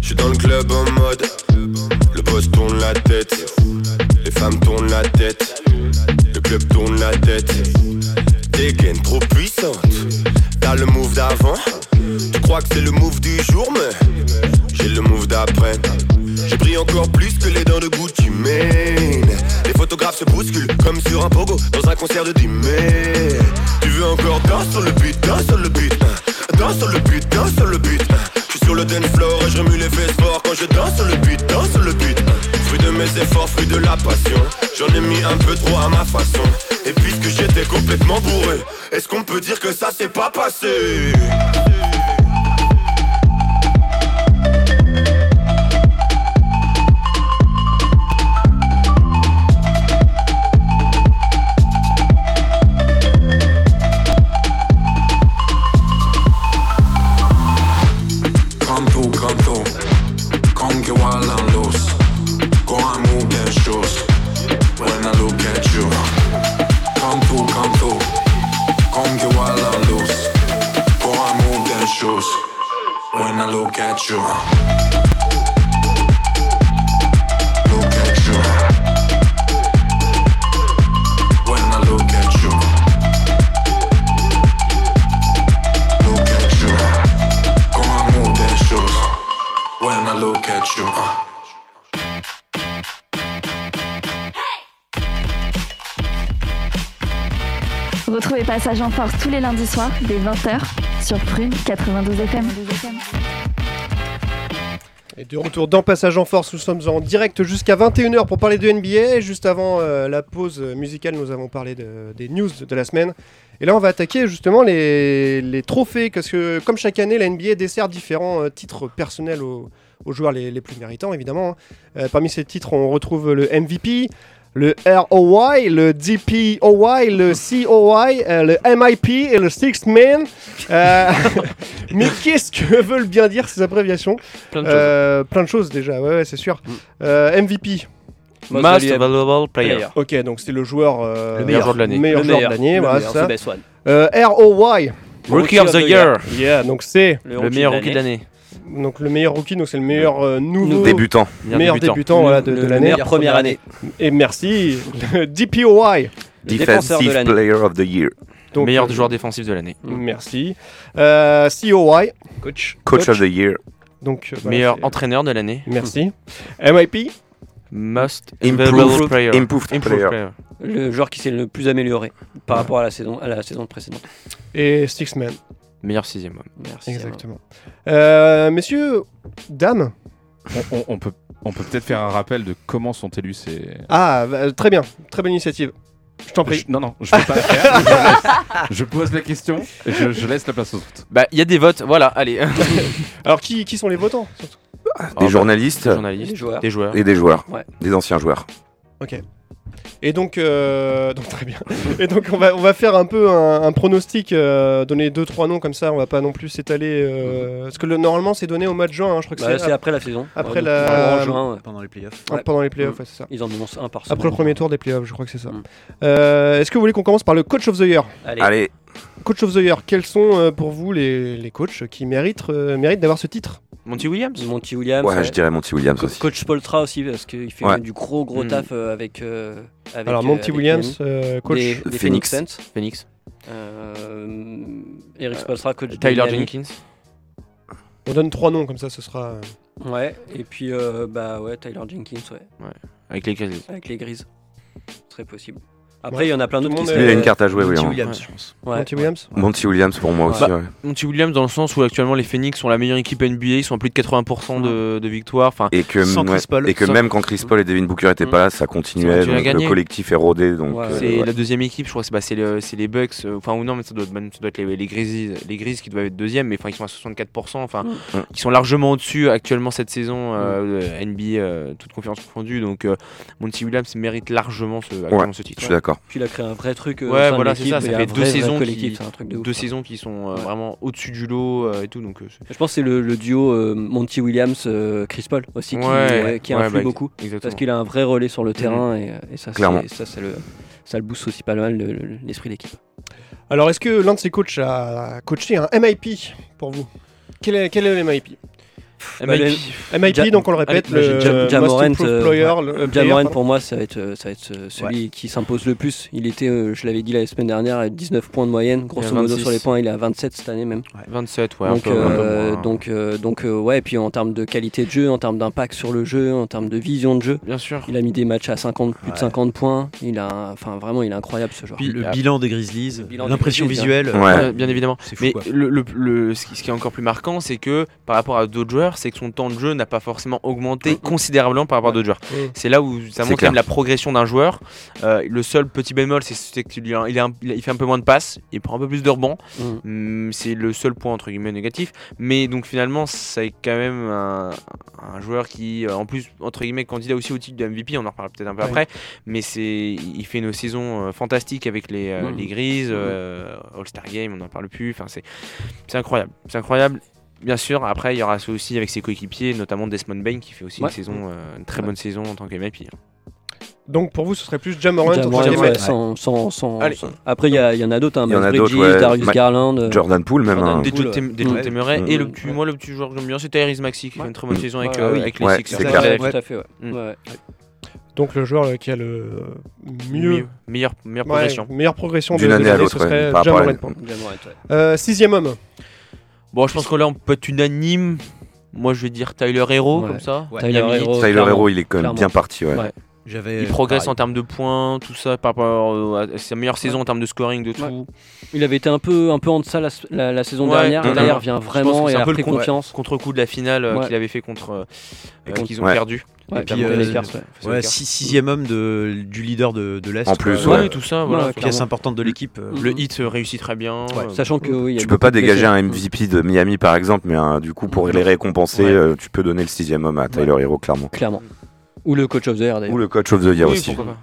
S11: Je suis dans le club en mode Le boss tourne la tête Les femmes tournent la tête Le club tourne la tête Dégaine trop puissante T'as le move d'avant Tu crois que c'est le move du jour mais J'ai le move d'après J'ai pris encore plus que les dents de Gucci Mane Les photographes se bousculent comme sur un pogo Dans un concert de Dimé Tu veux encore danser sur le beat, danser sur le beat hein. Danse sur le beat, danse sur le beat hein. Je suis sur le dance floor et je remue les fesses fort quand je danse sur le beat, danse sur le beat. Fruit de mes efforts, fruit de la passion. J'en ai mis un peu trop à ma façon. Et puisque j'étais complètement bourré, est-ce qu'on peut dire que ça s'est pas passé?
S10: Come through, come through. Come get wild and loose. Go and move them shoes when I look at you. uh, Come through, come through. Come get wild and loose. Go and move them shoes when I look at you. uh, Look at you. When I look at you. Look at you. Go and move them shoes.
S12: when I look at you. uh.
S1: Retrouvez Passage en Force tous les lundis soirs dès 20h sur Prune 92 FM.
S2: Et de retour dans Passage en Force, nous sommes en direct jusqu'à 21h pour parler de NBA. Et Juste avant euh, la pause musicale, nous avons parlé de- des news de la semaine. Et là, on va attaquer justement les, les trophées, parce que comme chaque année, la NBA dessert différents euh, titres personnels aux, aux joueurs les, les plus méritants, évidemment. hein. Euh, parmi ces titres, on retrouve le MVP, le ROY, le DPOY, le COY, euh, le MIP et le Sixth Man. Euh, mais qu'est-ce que veulent bien dire ces abréviations
S7: Plein de choses.
S2: euh, plein de choses déjà, ouais, ouais, c'est sûr. Euh, MVP,
S3: Most
S7: Most
S3: valuable
S7: valuable player.
S3: player.
S2: ok, donc c'est le joueur euh,
S7: Le meilleur joueur de l'année.
S2: meilleur
S3: Le
S2: joueur
S3: meilleur,
S2: de l'année,
S3: le
S2: voilà,
S3: meilleur,
S2: c'est ça.
S3: the best one.
S2: Euh, ROY,
S7: Rookie of the year.
S2: yeah, donc c'est
S7: Le meilleur rookie de l'année.
S2: donc le meilleur rookie, donc c'est le meilleur euh, nouveau
S4: Débutant.
S7: Meilleur
S2: meilleur
S7: débutant.
S2: débutant, voilà, de, de
S3: Le- le
S2: l'année.
S3: meilleur première année.
S2: Et merci, le DPOY,
S3: Le défenseur de
S4: Defensive
S3: l'année.
S4: Player of the Year.
S2: donc
S7: meilleur
S2: euh,
S7: joueur défensif de l'année.
S2: Merci. Euh, COY, coach,
S4: Coach of the Year.
S2: donc euh, voilà,
S7: meilleur
S2: c'est-
S7: entraîneur de l'année.
S2: Merci. MIP,
S7: Most valuable
S4: Improved,
S7: player.
S4: improved
S7: Improved
S4: Player.
S7: player.
S3: Le joueur qui s'est le plus amélioré par rapport à la saison, à la saison précédente.
S2: et Six Man,
S7: Meilleur sixième homme.
S3: Merci.
S2: exactement. Euh, messieurs, dames,
S5: On, on- on peut, on peut peut-être faire un rappel de comment sont élus ces.
S2: ah, bah, très bien, très bonne initiative. Je t'en prie.
S5: Je- non, non, je peux pas le faire. Je, laisse- je pose la question, et je, je laisse la place aux autres.
S7: Bah, il y a des votes. Voilà, allez.
S2: Alors qui, qui sont les votants surtout
S7: Oh, bah,
S4: Des journalistes
S7: des
S3: Les
S7: journalistes,
S3: joueurs.
S7: des joueurs.
S4: et des joueurs.
S3: Ouais.
S4: Des anciens joueurs.
S2: Et donc, euh, donc très bien. Et donc on va, on va faire un peu un, un pronostic, euh, donner deux trois noms comme ça. On va pas non plus s'étaler euh, parce que le- normalement c'est donné au mois de juin. hein, je crois que
S3: Bah,
S2: c'est
S3: c'est après la saison.
S2: après
S3: donc,
S2: la-
S3: normalement, en juin, ouais.
S6: pendant les playoffs.
S2: ah, pendant les playoffs,
S3: Mm.
S2: ouais, c'est ça.
S3: ils en annoncent un par semaine.
S2: Après le premier tour des playoffs, je crois que c'est ça.
S3: Mm.
S2: Euh, Est-ce que vous voulez qu'on commence par le coach of the year
S3: Allez.
S4: Allez,
S2: Coach of the year, quels sont euh, pour vous les, les coachs qui méritent, euh, méritent d'avoir ce titre
S7: Monty Williams.
S3: Monty Williams.
S4: ouais,
S3: ouais.
S4: je dirais Monty Williams
S3: Co-
S4: aussi.
S3: Coach Spoltra aussi, parce qu'il fait
S4: Ouais.
S3: du gros gros
S7: Mm.
S3: taf euh, avec, euh, avec,
S2: Hmm. Alors
S3: euh,
S2: Monty
S3: avec
S2: Williams, euh,
S3: Miami.
S2: coach.
S3: Des- des Phoenix
S4: Phoenix.
S3: Suns.
S7: Phoenix.
S3: Euh, Eric Spolstra, coach de
S7: Tyler
S3: Miami.
S7: Jenkins.
S2: On donne trois noms comme ça, ce sera. euh,
S3: Ouais, et puis euh, bah ouais, Tyler Jenkins, ouais,
S7: Avec les Grizzlies.
S3: avec les grises. Ce serait possible. Après,
S2: Ouais.
S3: il y en a plein d'autres
S2: Tout
S3: qui
S2: le
S3: se
S2: monde
S4: Lui, il a une
S3: euh,
S4: carte à jouer, oui.
S6: Monty
S4: hein.
S6: Williams,
S7: Ouais.
S6: je pense.
S3: Ouais.
S2: Monty Williams.
S4: Monty Williams pour moi aussi.
S7: Bah,
S4: ouais.
S7: Monty Williams dans le sens où actuellement les Phoenix sont la meilleure équipe NBA, ils sont à plus de 80% de, de victoires. Enfin,
S4: Et que,
S7: Sans Chris Paul.
S4: et que
S7: Sans- Mmh.
S4: même quand Chris Paul et Devin Booker étaient
S3: Mm.
S4: pas là, ça continuait.
S7: Ça continue à
S4: donc
S7: gagner.
S4: le collectif est rodé. Donc,
S3: Ouais.
S4: euh,
S7: c'est
S4: ouais.
S7: la deuxième équipe, je crois que c'est bah, c'est le- c'est les Bucks, euh, enfin ou non, mais ça doit, être- bah, ça doit être les, les Grizzlies, les Grizzlies qui doivent être deuxième, mais enfin qui sont à 64%, enfin
S4: Mm.
S7: qui sont largement au-dessus actuellement cette saison euh, euh, NBA, euh, toute confiance confondue. Donc euh, Monty Williams mérite largement ce, actuellement ce
S4: Je
S7: titre.
S4: suis d'accord.
S3: Puis il a créé un vrai truc. euh,
S7: Ouais,
S3: au sein de
S7: voilà, c'est
S3: l'équipe,
S7: ça, ça
S3: et un
S7: fait deux
S3: vrai, vrai
S7: saisons
S3: collectif,
S7: qui-
S3: c'est un truc de ouf,
S7: Deux
S3: quoi.
S7: saisons qui sont euh,
S3: Ouais.
S7: vraiment au-dessus du lot euh, et tout, donc euh, c'est-
S3: Je pense que c'est le, le duo euh, Monty Williams, euh, Chris Paul aussi
S7: Ouais,
S3: qui, ouais, qui
S7: ouais,
S3: influe
S7: bah,
S3: beaucoup.
S7: exactement. Mm-hmm.
S3: Parce qu'il a un vrai relais sur le terrain et, euh, et ça,
S4: Clairement.
S3: c'est- ça, ça le, ça le booste aussi pas mal le- le- l'esprit d'équipe.
S2: Alors, est-ce que l'un de ces coachs a coaché un MIP pour vous quel est, quel est le MIP
S7: Eh
S3: Bah,
S7: ben,
S3: les-
S2: MIP,
S3: Ja-
S2: donc on le répète,
S3: Allez,
S2: le
S3: Ja-
S2: Most
S3: Jamorant,
S2: Improved
S3: euh,
S2: Player,
S3: ouais.
S2: le- euh, player,
S3: Jamoran
S2: pardon.
S3: pour moi ça va être, euh, ça va être euh, celui qui s'impose le plus. Il était, euh, je l'avais dit la semaine dernière, à 19 points de moyenne, grosso
S7: Il a
S3: modo
S7: 26.
S3: sur les points, il est à 27 cette année même.
S7: 27, ouais, un
S3: donc,
S7: peu- un peu
S3: euh,
S7: moins.
S3: donc, euh, donc euh, ouais, et puis en termes de qualité de jeu, en termes d'impact sur le jeu, en termes de vision de jeu,
S7: bien sûr.
S3: il a mis des matchs à 50, plus de
S6: Ouais.
S3: 50 points. Il a, un- enfin vraiment, il est incroyable ce joueur.
S6: Puis le
S7: Ah.
S6: bilan des Grizzlies,
S3: bilan hein. des
S6: l'impression
S3: Grizzlies,
S6: visuelle.
S4: Ouais.
S7: Bien, euh, bien évidemment.
S6: C'est fou,
S7: Mais
S6: quoi.
S7: le, le- le- ce, qui, ce qui est encore plus marquant, c'est que par rapport à d'autres joueurs, c'est que son temps de jeu n'a pas forcément augmenté considérablement par rapport à d'autres joueurs.
S2: Mm.
S7: C'est là où ça
S4: C'est
S7: montre quand
S4: clair.
S7: même la progression d'un joueur. Euh, le seul petit bémol, c'est- c'est qu'il a- il a un- il fait un peu moins de passes, il prend un peu plus de rebonds. Mm, c'est le seul point entre guillemets négatif. Mais donc finalement, c'est quand même un, un joueur qui, euh, en plus, entre guillemets, candidat aussi au titre de MVP. On en reparlera peut-être un peu
S2: Ouais.
S7: après. Mais c'est, il fait une saison euh, fantastique avec les, euh,
S3: Mm.
S7: les Grises, euh, All-Star Game, on n'en parle plus. Enfin, c'est, c'est incroyable. C'est incroyable. Bien sûr, après, il y aura ça aussi avec ses coéquipiers, notamment Desmond Bain qui fait aussi
S3: Ouais.
S7: une, saison, euh, une très
S3: Ouais.
S7: bonne saison en tant que MVP.
S2: Donc pour vous, ce serait plus Jamorant en
S3: Jamoran,
S2: tant que
S3: ouais,
S2: MIP.
S3: sans- sans- sans-
S7: Allez.
S3: sans-
S2: Ah.
S3: Après, il y, a- il y en a d'autres, hein,
S4: Il y en
S3: Miles
S4: a d'autres,
S3: Bridges,
S4: ouais.
S3: Darius
S4: Ma-
S3: Garland. euh,
S4: Jordan Poole, même.
S3: Jordan
S4: hein.
S7: Des
S3: Pool,
S7: Joe Tem- des Joe
S3: Ouais.
S7: Temeray
S4: Mm.
S7: et le petit, moi le petit joueur que j'aime bien c'est Tyrese Maxi qui fait une très bonne saison avec,
S3: Ouais.
S7: euh,
S3: Ah oui.
S7: avec les
S4: Ouais,
S7: Sixers.
S4: c'est
S3: ouais,
S4: clair.
S3: ouais,
S7: Ouais.
S3: tout à fait, ouais.
S7: Mm.
S3: Ouais, ouais.
S2: Donc le joueur euh, qui a le mieux,
S7: meilleure meilleure
S2: Ouais,
S7: progression.
S2: meilleure progression de
S4: D'une année à
S2: l'année, ce
S4: l'autre, ouais,
S2: serait
S4: par rapport à
S2: Jamorant.
S4: l'année.
S3: Jamoran, ouais.
S2: Euh, sixième homme.
S7: Bon, je pense que là, on peut être unanime. Moi, je vais dire Tyler Hero,
S3: Ouais.
S7: comme ça.
S6: Ouais.
S3: Tyler
S7: Miami,
S3: Hero,
S4: Tyler
S3: clairement.
S4: Hero, il est quand même bien
S3: Clairement.
S4: parti, ouais.
S3: Ouais.
S6: J'avais.
S7: Il progresse
S6: pareil.
S7: en termes de points, tout ça, par rapport euh, à à sa meilleure saison en termes de scoring, de tout.
S3: Ouais. Il avait été un peu, un peu en deçà la, la- la saison
S7: Ouais,
S3: dernière. Et
S7: totalement.
S3: là, il revient
S7: pense
S3: vraiment
S7: que
S3: et
S7: c'est
S3: a
S7: un peu
S3: pris
S7: le con-
S3: confiance.
S7: Contre-coup de la finale euh,
S3: Ouais.
S7: qu'il avait fait contre. euh, euh,
S3: contre-
S7: qu'ils ont
S4: Ouais.
S7: perdu.
S3: Ouais,
S6: puis,
S3: clairement,
S6: euh,
S3: les Lakers, ouais.
S7: face aux
S6: Ouais,
S7: Lakers.
S6: six- sixième homme de, du leader de, de l'Est.
S4: En
S6: quoi.
S4: plus,
S7: Ouais,
S4: ouais.
S7: tout ça,
S3: Ouais,
S7: voilà.
S3: ouais,
S6: Pièce
S3: clairement.
S6: importante de l'équipe. euh,
S7: Le hit euh, réussit très bien. euh,
S3: Sachant que oui, il y a
S4: Tu peux
S3: beaucoup
S4: pas
S3: de
S4: dégager
S3: blessés.
S4: un MVP de Miami par exemple, mais hein, du coup pour les récompenser,
S7: Ouais.
S4: euh, tu peux donner le sixième homme à Tyler Hero clairement.
S3: Clairement. Ou le coach of the year, d'ailleurs.
S4: Ou le coach of the year
S7: oui,
S4: aussi.
S7: pourquoi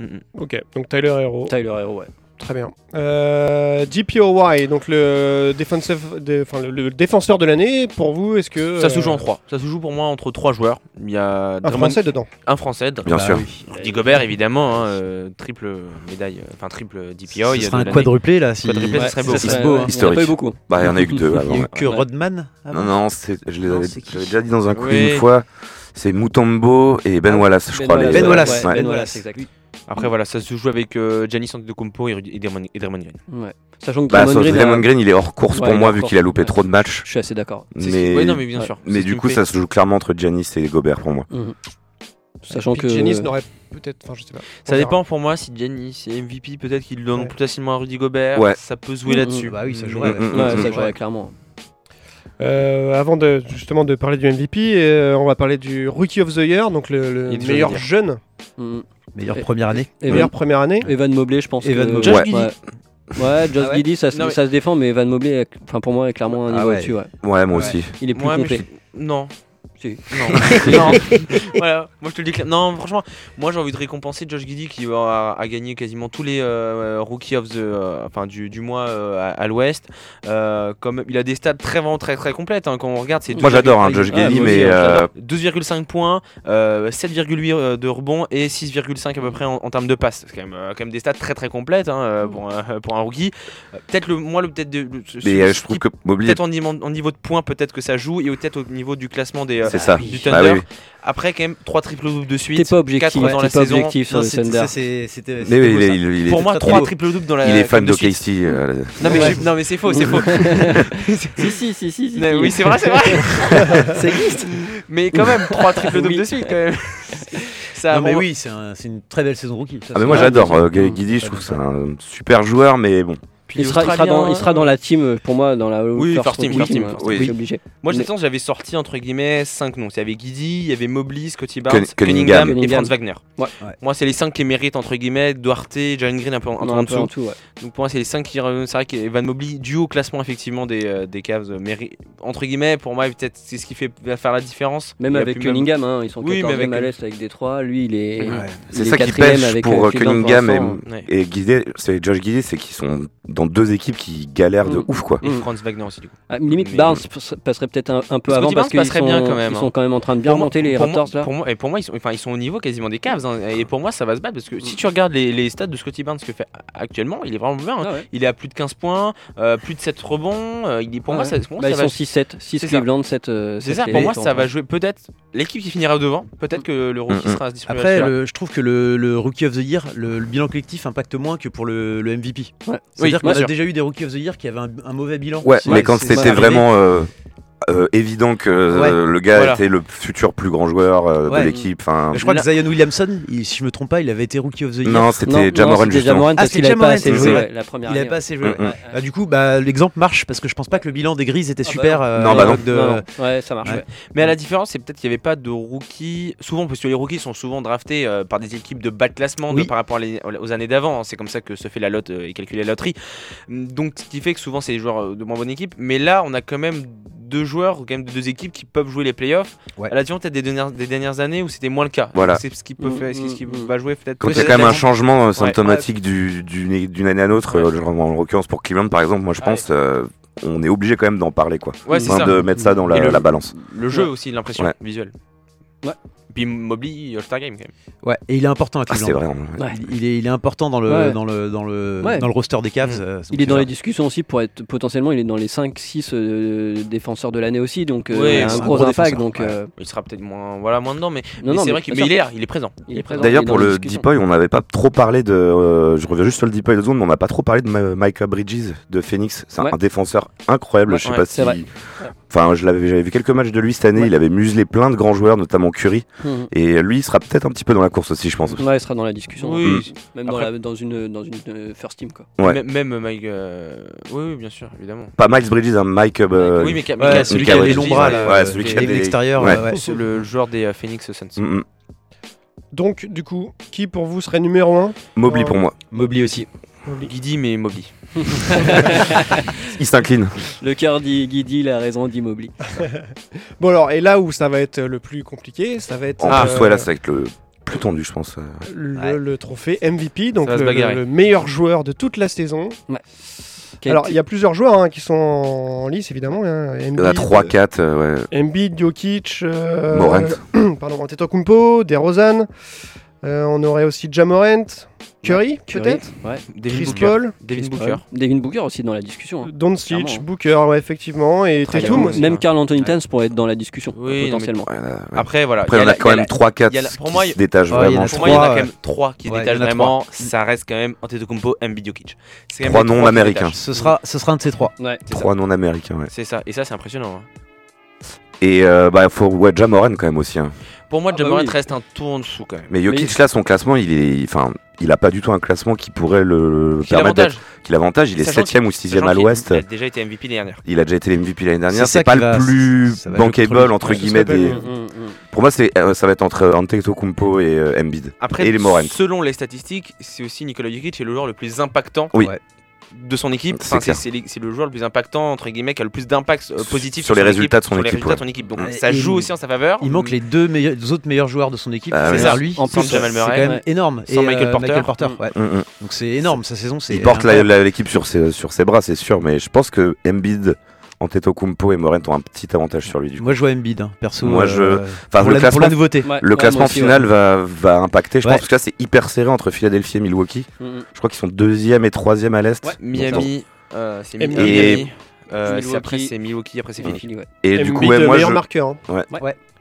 S7: pas. Mm, mm.
S2: Ok, donc Tyler Hero.
S3: Tyler Hero, ouais.
S2: Très bien. Euh, DPOY, donc le, defensive- dé- enfin, le, le défenseur de l'année, pour vous, est-ce que.
S7: Ça se joue
S2: euh,
S7: en 3. Ça se joue pour moi entre 3 joueurs. Il y a
S2: Un
S7: Drummond-
S2: français dedans.
S7: un Français, Dr-
S4: Bien
S6: bah
S4: sûr.
S6: oui.
S7: Rudy Gobert évidemment, hein, euh, triple médaille, euh, enfin triple
S6: Ce
S7: DPO. il y a
S6: sera
S7: de
S6: un
S7: l'année.
S6: quadruplé là. Si...
S7: Quadruplé,
S6: Ouais.
S7: ça serait beau.
S6: serait beau, hein.
S3: Ah Il y en a pas eu
S4: Historique.
S3: beaucoup.
S4: Bah il y en a eu que deux avant.
S6: Il y a
S4: ouais.
S6: eu que
S3: Ouais.
S6: Rodman. avant.
S4: Non non, c'est- je les
S6: Non,
S4: avais,
S6: c'est qui
S4: je l'avais déjà dit dans un quiz
S7: Oui.
S4: une fois. C'est Mutombo et Ben Wallace, je crois. les-
S6: Ben Wallace.
S4: Ouais.
S3: Ah, Ben
S6: Ouais.
S3: Wallace, exact.
S7: Après voilà, ça se joue avec euh, Giannis Antetokounmpo et, Rudy- et Draymond et Draymond Green.
S3: Ouais. Sachant que
S4: Bah,
S3: Draymond
S4: sauf
S3: Green,
S4: Draymond
S3: euh,
S4: Green, il est hors course
S3: Ouais,
S4: pour
S3: il est
S4: moi
S3: hors
S4: vu
S3: course.
S4: qu'il a loupé
S3: Ouais.
S4: trop de matchs.
S3: je suis assez d'accord.
S7: C'est ce qui-
S4: Mais,
S7: ouais, non mais bien
S3: Ouais.
S7: sûr.
S4: mais du coup, ça se joue clairement entre Giannis et Gobert pour
S3: Mm.
S4: moi.
S3: Sachant que.
S2: Pete Jennings n'aurait peut-être. Enfin, je sais pas.
S7: ça
S2: On verra.
S7: dépend pour moi si Giannis est MVP, peut-être qu'il le donne
S2: Ouais.
S7: plus facilement à Rudy Gobert.
S4: Ouais.
S7: Ça peut se jouer
S3: Mm,
S7: là-dessus.
S3: mm.
S6: Bah oui, ça
S7: Mais-
S6: jouerait.
S4: Mm, mm,
S3: Ouais,
S4: mm.
S3: ça, ouais, clairement.
S2: Euh, avant de, justement de parler du MVP, euh, on va parler du Rookie of the Year, donc le, le
S7: Il y a des
S2: meilleur
S7: choses à dire.
S2: jeune,
S3: Mm.
S6: Meilleure
S3: Et-
S6: première année.
S3: Evan,
S2: meilleure première année.
S3: Evan Mobley, je pense.
S6: Evan
S3: que-
S6: Mobley.
S4: Josh
S3: Ouais. Ouais, Josh Giddey, ça, se-
S7: Ah Non, mais-
S3: ça se défend, mais Evan Mobley, est- enfin pour moi, est clairement un
S6: Ah
S3: niveau
S6: ouais.
S3: au-dessus. Ouais.
S4: Ouais, moi
S6: Ouais.
S4: aussi.
S3: Il est plus
S7: Ouais, mais
S3: complet.
S7: je- Non.
S3: Si.
S7: Non. non. voilà, moi je te le dis clair- Non, franchement, moi j'ai envie de récompenser Josh Giddy qui a, a gagné quasiment tous les euh, rookies of the, euh, enfin du, du mois euh, à, à l'Ouest. Euh, comme il a des stats très vraiment très très complètes. hein, quand on regarde, c'est Ah,
S4: Moi, j'adore hein, Josh
S3: Ouais,
S4: Giddey,
S3: moi aussi,
S4: mais
S3: hein,
S4: euh,
S7: 2,5 points, euh, 7,8 euh, de rebond et 6,5 à peu près en, en termes de passes. C'est quand même, euh, quand même des stats très très complètes hein, euh, pour, un- pour un rookie. Euh, Peut-être le moi le peut-être de- le- ce-
S4: mais euh,
S7: ce
S4: je trouve
S7: qui-
S4: que Mobley,
S7: peut-être en, niveau- en niveau de points peut-être que ça joue et peut-être au niveau du classement des euh,
S4: c'est ça.
S7: du
S4: Bah
S7: Thunder.
S4: oui.
S7: Après, quand même, 3 triple doubles de suite.
S3: T'es pas
S7: quatre
S3: objectif,
S7: dans la
S3: t'es pas
S7: saison.
S3: objectif sur
S6: Non,
S3: le
S6: c'était-
S3: Thunder.
S6: ça, c'est- c'était-
S4: Mais
S6: c'était
S4: oui,
S6: beau,
S4: il
S6: ça.
S4: est, il est- il est-
S7: Pour moi,
S6: très
S7: 3
S6: beau.
S7: triple doubles dans la
S4: il est fan
S7: comme
S4: de
S7: suite.
S4: Casey. euh,
S7: Non, mais,
S3: Ouais.
S7: j'ai- non, mais c'est faux, c'est faux.
S3: si, si, si, si. si.
S7: Non, oui, c'est vrai, c'est vrai.
S6: Ça existe.
S7: mais quand même, 3 triple doubles
S3: Oui.
S7: de suite, quand même. ça,
S6: Non, mais
S7: bon,
S6: oui, c'est un- c'est une très belle saison rookie. ça,
S4: Ah, mais
S6: c'est
S4: moi,
S6: vrai.
S4: j'adore euh,
S3: Mm.
S4: Guidi, je trouve que c'est un super joueur, mais bon.
S7: puis
S3: Il sera, il, sera dans, il sera dans la team, euh, pour moi, dans la
S7: Oui,
S3: first
S7: first team, first team,
S3: euh,
S7: first
S4: team.
S3: c'est obligé.
S7: Moi, je
S3: Mais-
S7: sens, j'avais sorti entre guillemets 5 noms. Il y avait Guidi, il y avait Mobley, Scotty
S4: Cun-
S7: Barnes, Cunningham,
S4: Cunningham.
S7: et
S3: Cunningham.
S7: Franz Wagner.
S3: Ouais.
S6: Ouais.
S7: Moi, c'est les 5 qui méritent entre guillemets. Duarte, Jalen Green un peu en,
S3: On
S7: en
S3: a un peu en
S7: dessous.
S3: tout, ouais.
S7: Donc pour moi, c'est les 5 qui reviennent. C'est vrai qu'Evan Mobley, du haut classement effectivement des, euh, des Cavs, euh, méri- entre guillemets, pour moi, peut-être c'est ce qui fait va faire la différence.
S3: Même
S7: Il y a
S3: avec
S7: plus même-
S3: Cunningham, hein, ils sont
S7: Oui, mais
S3: 14
S7: avec-
S3: à l'Est avec Détroit. Lui, il est.
S6: Ouais.
S3: il
S4: C'est
S3: est
S4: ça qui
S3: quatrième
S4: pêche
S3: avec,
S4: pour
S3: euh,
S4: euh,
S3: Cleveland pour
S4: Cunningham
S3: l'instant.
S4: et-
S7: Ouais.
S4: et Guidi. C'est Josh Guidi, c'est qu'ils sont dans deux équipes qui galèrent de
S3: Mm.
S4: ouf, quoi.
S7: Et
S3: Mm.
S7: Franz Wagner aussi du coup.
S3: Ah, limite,
S7: Mais-
S3: Barnes p- passerait peut-être un, un peu
S7: Scotty
S3: avant
S7: Barnes
S3: parce qu'ils
S7: passerait
S3: sont,
S7: bien quand même,
S3: ils
S7: hein.
S3: sont quand même en train de bien
S7: Pour moi-
S3: remonter les
S7: pour moi-
S3: Raptors là.
S7: Pour moi, et pour moi, ils sont, enfin, ils sont au niveau quasiment des Cavs. hein. et pour moi, ça va se battre parce que si tu regardes les, les stats de Scotty Barnes que fait actuellement, il est vraiment bien. hein.
S3: Ah ouais.
S7: Il est à plus de 15 points, euh, plus de 7 rebonds. euh, il est, pour
S3: Ouais.
S7: moi, ça, pour moi,
S3: Bah,
S7: ça
S3: ils
S7: va
S3: sont 6-7, 6
S7: C'est ça.
S3: Cleveland, 7. euh,
S7: C'est
S3: sept
S7: ça,
S3: les
S7: pour moi,
S3: Raptors.
S7: ça va jouer peut-être l'équipe qui finira devant, peut-être que le rookie
S4: Mm, mm.
S7: sera distribué.
S6: Après, le- je trouve que le, le Rookie of the Year, le, le bilan collectif impacte moins que pour le, le MVP.
S3: Ouais.
S6: C'est-à-dire
S7: bien
S6: qu'on a
S7: sûr.
S6: déjà eu des Rookie of the Year qui avaient un, un mauvais bilan.
S4: Ouais,
S6: C'est-
S4: mais quand
S6: c'est- c'est
S4: c'était
S6: arrivé.
S4: vraiment euh, euh, évident que euh, le gars
S7: Voilà.
S4: était le futur plus grand joueur euh,
S6: Ouais.
S4: de l'équipe. enfin,
S6: Mais Je crois
S7: Là-
S6: que Zion Williamson, il- si je me trompe pas, il avait été Rookie of the Year.
S4: Non,
S3: Non,
S4: c'était
S3: non,
S4: Jamoran,
S3: c'était
S4: justement.
S3: Jamoran
S6: Ah,
S3: parce
S6: c'était
S3: qu'il avait
S6: Jamoran,
S3: pas assez
S6: c'est
S3: joué
S6: vrai.
S3: ouais, la première
S6: Il
S3: année.
S6: avait pas assez joué.
S4: Mm,
S6: ouais.
S4: mm.
S6: Bah, du coup, bah, l'exemple marche parce que je pense pas que le bilan des Grises était
S3: Ah bah
S6: super.
S3: non.
S6: euh,
S4: Non,
S6: à
S4: bah non.
S6: l'époque de-
S3: Non, non. Ouais, ça marche.
S6: Ouais.
S3: ouais.
S7: Mais à la différence, c'est peut-être qu'il n'y avait pas de rookies. Souvent, parce que les rookies sont souvent draftés euh, par des équipes de bas de classement de-
S6: Oui.
S7: par rapport à les- aux années d'avant. hein. C'est comme ça que se fait la lote euh, et calculée la loterie. Donc, ce qui fait que souvent, c'est des joueurs euh, de moins bonne équipe. Mais là, on a quand même deux joueurs, ou quand même deux équipes qui peuvent jouer les playoffs.
S6: Ouais.
S7: À la différence, peut-être des dernières, des dernières années où c'était moins le cas.
S4: Voilà.
S7: C'est ce qui peut
S3: Mm,
S7: faire, c'est ce qui
S3: mm, mm.
S7: va jouer peut-être.
S4: Quand il y a
S7: peut-être
S4: quand même un
S7: la-
S4: changement euh, symptomatique du- d'une d'une année à l'autre,
S7: Ouais. Ah
S4: euh, genre, en l'occurrence pour Cleveland par exemple, moi je
S7: Ouais.
S4: pense euh, on est obligé quand même d'en parler quoi.
S7: Ouais, c'est
S4: Enfin,
S7: ça.
S4: de mettre ça dans la,
S7: Et le-
S4: la balance.
S7: Le jeu aussi, l'impression
S4: Ouais.
S7: visuelle.
S3: Ouais.
S7: Puis Mobley, All-Star Game quand même.
S6: Ouais, et il est important à
S4: Ah,
S6: Cleveland.
S4: c'est vrai.
S3: Ouais.
S6: Il- Il est, il est important dans le,
S3: Ouais.
S6: dans le, dans le,
S3: Ouais.
S6: dans le roster des Cavs.
S7: Mhm.
S6: euh, donc
S3: Il est
S6: c'est
S3: dans les
S6: bien.
S3: discussions aussi pour être potentiellement il est dans les 5 6 défenseurs de l'année aussi donc euh,
S7: Ouais,
S3: il a un
S7: c'est un
S3: gros
S6: gros
S3: impact
S6: défenseur,
S3: donc
S6: ouais.
S3: euh,
S7: Il sera peut-être moins, voilà, moins dedans, mais,
S3: non
S7: mais
S3: non
S7: c'est vrai qu'il mais il est là, il est présent.
S3: il est présent.
S4: D'ailleurs
S3: il est
S4: pour
S3: dans les
S4: le
S3: discussions.
S4: Deepoy, on n'avait pas trop parlé de. euh, je reviens juste sur le Deepoy de zone, mais on n'a pas trop parlé de Ma- Micah Bridges de Phoenix. C'est un-
S3: Ouais.
S4: un défenseur incroyable.
S3: Ouais,
S4: je sais
S7: ouais,
S4: pas
S3: c'est vrai.
S4: si Enfin, je l'avais, j'avais vu quelques matchs de lui cette année. Il avait muselé plein de grands joueurs, notamment Curry.
S3: Mhm.
S4: Et lui, il sera peut-être un petit peu dans la course aussi, je pense.
S3: Ouais, il sera dans la discussion.
S7: Oui.
S3: Même dans,
S7: Après-
S3: la- dans une, dans une euh, first team, quoi.
S4: Ouais.
S7: M- Même Mike. euh, Oui, oui, bien sûr, évidemment.
S4: Pas Miles Bridges, hein, Mike. euh,
S7: oui, mais ca-
S6: Ouais,
S7: mais ca-
S6: celui
S7: ca-
S6: qui a
S7: ouais,
S6: les
S7: celui-
S6: lombras,
S7: ouais,
S6: là,
S7: ouais,
S6: euh,
S7: celui
S6: qui
S7: qui
S6: est
S7: a
S4: des-
S6: l'extérieur.
S4: ouais.
S6: ouais.
S7: C'est le joueur des euh, Phoenix Suns.
S4: mm, mm.
S2: Donc, du coup, qui pour vous serait numéro Euh, 1
S4: Mobley
S2: Ouais.
S4: pour moi.
S7: Mobley aussi. Guidi, mais Mobley.
S4: Il s'incline.
S3: Le cœur dit Guidi, la raison d'Immobile.
S2: Bon, alors, et là où ça va être le plus compliqué, ça va être
S4: En
S3: Ah,
S2: euh,
S4: plus, ouais, là, ça va être le plus tendu, je pense. euh.
S2: le,
S7: Ouais.
S2: le trophée MVP, donc
S7: Ça va se
S2: le,
S7: bagarrer.
S2: le meilleur joueur de toute la saison. Alors, il y a plusieurs joueurs hein, qui sont en lice, évidemment. Hein. euh,
S4: Il y en a 3, 4, ouais.
S2: Embiid, Jokic, euh,
S4: Morant.
S2: pardon, Antetokounmpo, DeRozan. Euh, on aurait aussi Jamorant, Curry, peut-être,
S3: Ouais.
S7: Devin
S2: Chris
S7: Booker.
S2: Paul,
S7: Devin
S3: Chris
S7: Booker.
S3: Devin Booker aussi dans la discussion. hein.
S2: Doncic,
S3: Clairement.
S2: Booker, ouais, effectivement, et
S7: Très
S2: Tatum
S7: bien.
S2: aussi.
S3: Même Carl Anthony Towns pourrait être dans la discussion,
S7: Oui, non, mais-
S3: potentiellement.
S4: Ouais, là, Ah, ouais.
S7: Après, voilà.
S4: Après,
S7: il y
S4: il y en a
S7: la-
S4: quand
S7: il y
S4: même
S7: la-
S4: 3, 4
S7: il y a la-
S4: qui
S7: pour moi, il y-
S4: se détachent
S6: Ouais, il y en
S4: vraiment.
S6: a
S7: Pour moi, il y en a quand
S6: Trois,
S7: même 3 qui se
S6: ouais,
S7: détachent
S6: il y en a
S7: vraiment. Ça reste quand même Antetokounmpo, Embiid, Jokic. C'est quand même
S4: Trois
S7: les qui se
S4: non-américains.
S7: détachent.
S6: Ce sera, ce sera un de ces trois.
S3: Ouais.
S7: ça.
S4: 3 non-américains, ouais.
S7: C'est ça. Et ça, c'est impressionnant. hein.
S4: Et euh, bah, faut ouais, Jamoran quand même aussi. hein.
S7: Pour moi,
S3: Ah bah
S7: Jamorant
S3: oui.
S7: reste un tour en dessous quand même.
S4: Mais Jokic,
S3: Mais-
S4: là, son classement, il est. Enfin, il a pas du tout un classement qui pourrait le
S7: Quel
S4: permettre d'être.
S7: avantage
S4: Qu'il avantage, il est
S7: Sachant
S4: 7ème ou
S7: Sachant
S4: 6ème à
S7: qu'il
S4: l'ouest.
S7: a déjà été MVP l'année dernière.
S4: Il a déjà été le MVP l'année dernière.
S6: C'est ça
S4: C'est pas
S6: qui
S4: le
S6: va-
S4: plus
S6: ça va être le
S4: bankable,
S6: premier-
S4: entre
S2: Ouais, ça
S4: guillemets.
S2: s'appelle,
S4: Des...
S2: euh,
S7: Mm,
S4: Pour moi, c'est, euh, ça va être entre euh, Antetokounmpo et euh, Embiid.
S7: Après,
S4: Et les Morant.
S7: selon les statistiques, c'est aussi Nikola Jokic est le joueur le plus impactant
S4: Oui.
S7: de son équipe.
S4: C'est
S7: Enfin, c'est
S4: clair.
S7: c'est les- c'est le joueur le plus impactant, entre guillemets, qui a le plus d'impact euh, positif
S4: Sur les résultats de son
S7: sur les
S4: équipe,
S7: résultats
S4: ouais.
S7: de son équipe. Donc
S6: Mm.
S7: ça
S6: Et
S7: joue
S6: il-
S7: aussi en sa faveur.
S6: Il manque les deux, meilleurs, les autres meilleurs joueurs de son équipe.
S4: Bah,
S6: c'est
S4: ouais.
S6: ça, lui.
S3: En
S6: sans
S3: plus,
S6: Jamal
S3: c'est
S6: Murray,
S3: quand même-
S6: c'est énorme.
S7: Sans
S6: Et, euh,
S7: Michael Porter.
S6: Porter,
S7: Mm.
S6: ouais.
S4: Mm, mm.
S6: Donc c'est énorme sa saison. c'est
S4: Il porte la-
S6: incroyable.
S4: la- l'équipe sur ses, sur ses bras, c'est sûr. Mais je pense que Embiid, Antetokounmpo et Morant ont un petit avantage sur lui. Du coup.
S6: Moi je vois Embiid, hein, perso.
S4: Moi, je-
S6: euh,
S4: Enfin,
S6: pour, la,
S4: le
S6: pour
S4: classement,
S6: la nouveauté.
S3: Ouais,
S4: le
S3: ouais,
S4: classement
S3: moi aussi, ouais.
S4: final va, va impacter. Je
S6: Ouais.
S4: pense parce que là, c'est hyper serré entre Philadelphie et Milwaukee.
S3: Mm, mm.
S4: Je crois qu'ils sont deuxième et troisième à l'est.
S3: Ouais.
S7: Miami, euh, c'est
S2: Et-
S7: Mi- Miami. euh,
S3: Milwaukee.
S7: c'est après c'est Milwaukee, après c'est
S3: C'est
S7: Philly.
S3: fini, ouais.
S4: Et
S2: Embiid,
S4: du coup, ouais,
S2: le
S4: moi,
S2: meilleur
S4: je...
S2: marqueur. hein.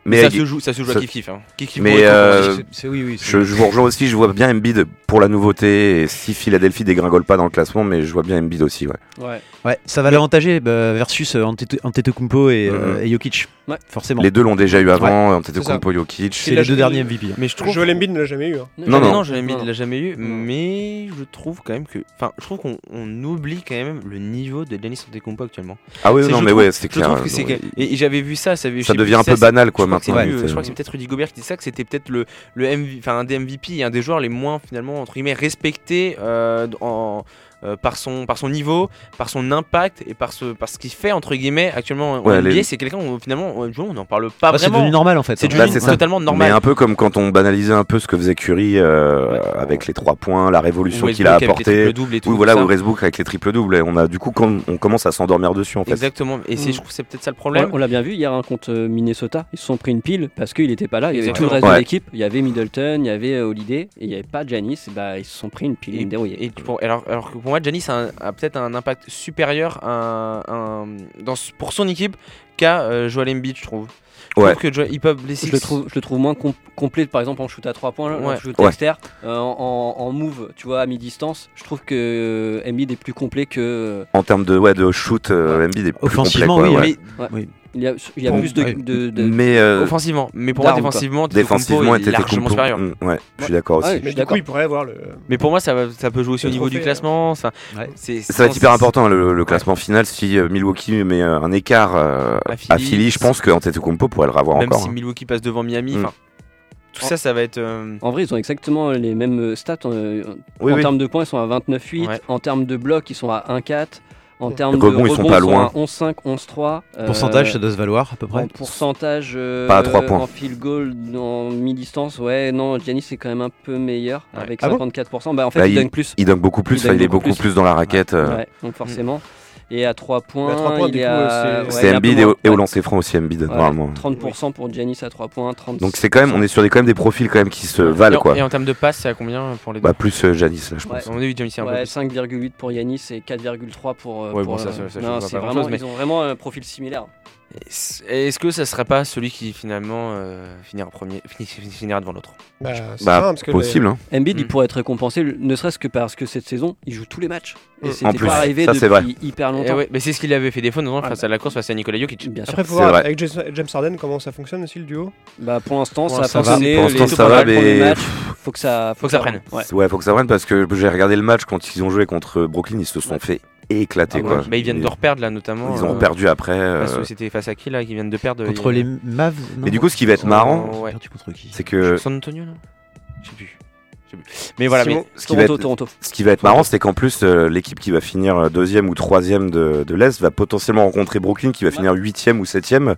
S7: Mais
S4: mais
S7: ça se joue, ça se joue à
S4: ça-
S7: kiff kiff. Hein. Kiff-kiff
S4: mais,
S7: pour les
S4: euh,
S7: Cowboys.
S6: C'est- C'est oui, oui. c'est-
S4: Je, je vous rejoins aussi, je vois bien Embiid pour la nouveauté. Et si Philadelphie dégringole pas dans le classement, mais je vois bien Embiid aussi. Ouais.
S3: Ouais.
S6: Ouais, ça va l'avantager bah, versus euh, Anteto- Antetokounmpo et, euh,
S4: Mhm.
S6: et Jokic.
S3: Ouais.
S6: Forcément.
S4: Les deux l'ont déjà eu avant,
S2: ça.
S4: Antetokounmpo, Jokic.
S6: C'est les deux derniers MVP. hein.
S7: Mais je trouve
S2: Joel Embiid ne l'a jamais eu. hein.
S7: Non,
S4: Non, non.
S7: non, je il l'a jamais eu,
S3: Non.
S7: mais je trouve quand même que. Enfin, je trouve qu'on on oublie quand même le niveau de Giannis Antetokounmpo actuellement.
S4: Ah oui,
S7: C'est-
S4: non,
S7: je
S4: mais
S7: trouve-
S4: ouais, c'était
S7: Je
S4: clair.
S7: trouve que c'est.
S4: Ouais.
S7: Et, et j'avais vu ça, ça, je sais
S4: Ça
S7: plus
S4: devient un
S7: qui
S4: peu
S7: c'est,
S4: banal, quoi,
S7: je crois que c'est
S4: maintenant.
S7: plus-
S4: mais
S7: je crois
S4: c'est-
S7: que c'est peut-être Rudy Gobert qui dit ça, que c'était peut-être le, le MV enfin, un des MVP et un des joueurs les moins, finalement, entre guillemets, respectés euh, en- euh, par, son, par son niveau, par son impact et par ce, par ce qu'il fait, entre guillemets, actuellement en
S4: Ouais,
S7: NBA.
S4: les-
S7: C'est quelqu'un, où, finalement, on on n'en parle pas
S6: Ah, c'est devenu
S7: vraiment.
S6: normal en fait.
S7: C'est
S6: hein.
S4: Bah,
S7: devenu
S4: c'est ça.
S7: totalement
S4: Mais
S7: normal.
S4: un peu comme quand on banalisait un peu ce que faisait Curry euh,
S7: Ouais.
S4: avec les trois points, la révolution qu'il
S7: Westbrook
S4: a
S7: avec les
S4: apportée.
S7: triples-doubles et tout,
S4: Oui, voilà,
S7: tout ça.
S4: ou Westbrook avec les triples doubles. Et on a du coup, quand on commence à s'endormir dessus, en fait.
S7: Exactement. Et c'est-
S3: Mm.
S7: je trouve que c'est peut-être ça le problème.
S3: On on l'a bien vu hier hein, contre euh, Minnesota, ils se sont pris une pile parce qu'il n'était pas là. Ah, Il y avait tout le
S7: Exactement.
S3: reste de
S4: Ouais.
S3: l'équipe. Il y avait Middleton, il y avait euh, Holiday, et il n'y avait pas Janice. Bah, ils se sont pris une pile, ils me dérouillaient.
S7: Et pour- alors, alors que pour moi, Janis a, un- a peut-être un impact supérieur à, un- dans, ce- pour son équipe qu'à euh, Joel Embiid, je trouve. Je
S4: Ouais.
S7: trouve que Joel, ils peuvent les six-
S3: Je le, trouve, je le trouve moins com- complet, par exemple en shoot à 3 points, en
S7: Ouais.
S3: shoot
S4: Ouais.
S3: externe, hein. euh, en, en- en move, tu vois, à mi-distance. Je trouve que euh, Embiid est plus complet que. euh,
S4: En termes de, ouais, de shoot, euh, Embiid est plus
S6: Offensivement,
S4: complet, quoi,
S6: oui,
S4: ouais.
S3: Il y a, il y a
S6: Bon,
S3: plus de.
S6: ouais.
S3: de- de-
S4: Mais euh,
S7: offensivement. Mais pour moi,
S3: D'armes, quoi.
S7: défensivement,
S4: défensivement,
S7: Tetecompo est
S4: était
S7: largement supérieur.
S4: mm, Ouais, je suis d'accord
S3: Ouais,
S4: aussi.
S3: je
S2: Mais
S3: suis
S2: du
S3: d'accord.
S2: coup, il pourrait avoir le.
S7: Mais pour moi, ça, va- ça peut jouer aussi au
S2: Le
S7: niveau du
S2: trophée, hein.
S7: classement. Ça,
S6: Ouais.
S7: c'est-
S4: Ça va être
S7: c'est-
S4: hyper important hein, le, le classement final. Si euh, Milwaukee met euh, un écart euh,
S7: À
S4: à,
S7: Philly,
S4: Philly, je pense qu'Antetokounmpo pourrait le revoir
S7: Même
S4: encore.
S7: si
S4: hein.
S7: Milwaukee passe devant Miami,
S4: Mm.
S7: enfin, tout ça, ça va être. euh,
S3: En vrai, ils ont exactement les mêmes euh, stats. euh,
S4: Oui,
S3: en
S4: oui.
S3: termes de points, ils sont à 29-8.
S7: Ouais.
S3: En termes de blocs, ils sont à 1-4. En
S2: Ouais.
S3: termes de
S4: Rebonds, ils sont pas loin.
S3: à 11-5, 11-3. euh,
S6: Pourcentage, ça doit se valoir à peu près.
S3: En pourcentage. euh,
S4: Pas à trois points.
S3: En field goal, en mi-distance. Ouais, non, Giannis est quand même un peu meilleur.
S7: Ouais.
S3: Avec
S2: Ah bon
S3: 54%. bah, en fait,
S4: Bah,
S3: il
S4: il-
S3: donne plus.
S4: Il donne beaucoup plus,
S3: Il donne
S4: enfin, il, est
S3: beaucoup
S4: beaucoup plus. dans la raquette. euh,
S3: Ouais, donc forcément. Et à 3 points,
S2: à trois points,
S3: il
S2: du
S3: est
S2: coup,
S3: à.
S2: c'est-
S3: ouais,
S4: c'est
S3: il est un peu
S4: Embiid et, au-
S3: moins.
S4: et au
S3: Ouais.
S4: lancer franc aussi Embiid
S3: Ouais,
S4: normalement.
S3: 30% pour Giannis à 3 points. 30...
S4: Donc c'est quand même, on est sur des, quand même des profils quand même qui se
S7: et,
S4: valent
S7: en,
S4: quoi.
S7: et en termes de passes, c'est à combien pour les deux
S4: Bah plus euh, Giannis là je pense.
S3: Ouais.
S7: On a vu James c'est un peu
S3: Ouais,
S7: plus.
S3: 5,8 pour Yanis et 4,3 pour. euh,
S7: Ouais, bon,
S3: pour,
S7: ça,
S3: euh,
S7: ça, ça, je
S3: non,
S7: vois
S3: c'est
S7: pas grand-chose,
S3: vraiment,
S7: mais-
S3: Ils ont vraiment un profil similaire.
S7: Est-ce est-ce que ça serait pas celui qui finalement euh, finira premier, fini- finira devant l'autre
S2: Bah, c'est
S4: Bah,
S2: marrant, parce que les-
S4: possible, hein.
S3: Embiid, il
S7: Mm.
S3: pourrait être récompensé, ne serait-ce que parce que cette saison, il joue tous les matchs.
S2: Mm.
S3: Et
S2: En
S3: c'était
S4: plus,
S3: pas arrivé
S4: ça, c'est
S3: depuis hyper
S7: Hmm. Eh
S3: longtemps.
S7: ouais, mais c'est ce qu'il avait fait défaut notamment
S3: Ah,
S7: face à la course face à Nicolas Jokic.
S3: Bien sûr.
S2: Après, faut
S4: C'est
S2: voir
S4: vrai.
S2: avec James James Harden comment ça fonctionne aussi le duo.
S3: Bah, pour l'instant,
S7: Pour
S3: ça a
S7: l'instant, ça va.
S3: fonctionné.
S4: Pour
S3: les
S4: l'instant,
S3: deux
S4: ça va,
S3: premiers
S4: mais-
S3: matchs, Faut que ça,
S7: Faut que ça prenne.
S3: Ouais.
S4: Ouais, faut que ça prenne parce que j'ai regardé le match quand ils ont joué contre Brooklyn, ils se sont fait éclater
S7: Ah ouais.
S4: quoi.
S7: Bah, ils viennent de reperdre là notamment.
S4: Ils ont
S7: euh,
S4: perdu après. euh,
S7: face- C'était face à qui là qui viennent de perdre
S6: Contre
S7: il-
S6: les Mavs. non
S4: Mais du coup, ce qui va être marrant,
S7: Ouais.
S6: Perdu contre qui
S4: c'est que
S7: San Antonio là Je sais plus. Je sais plus. Mais voilà, mais
S3: Simon,
S4: ce qui va
S3: Toronto,
S4: être-
S3: Toronto.
S4: ce qui va être marrant, c'est qu'en plus, euh, l'équipe qui va finir euh, deuxième ou troisième de, de l'Est va potentiellement rencontrer Brooklyn qui va finir huitième ou septième.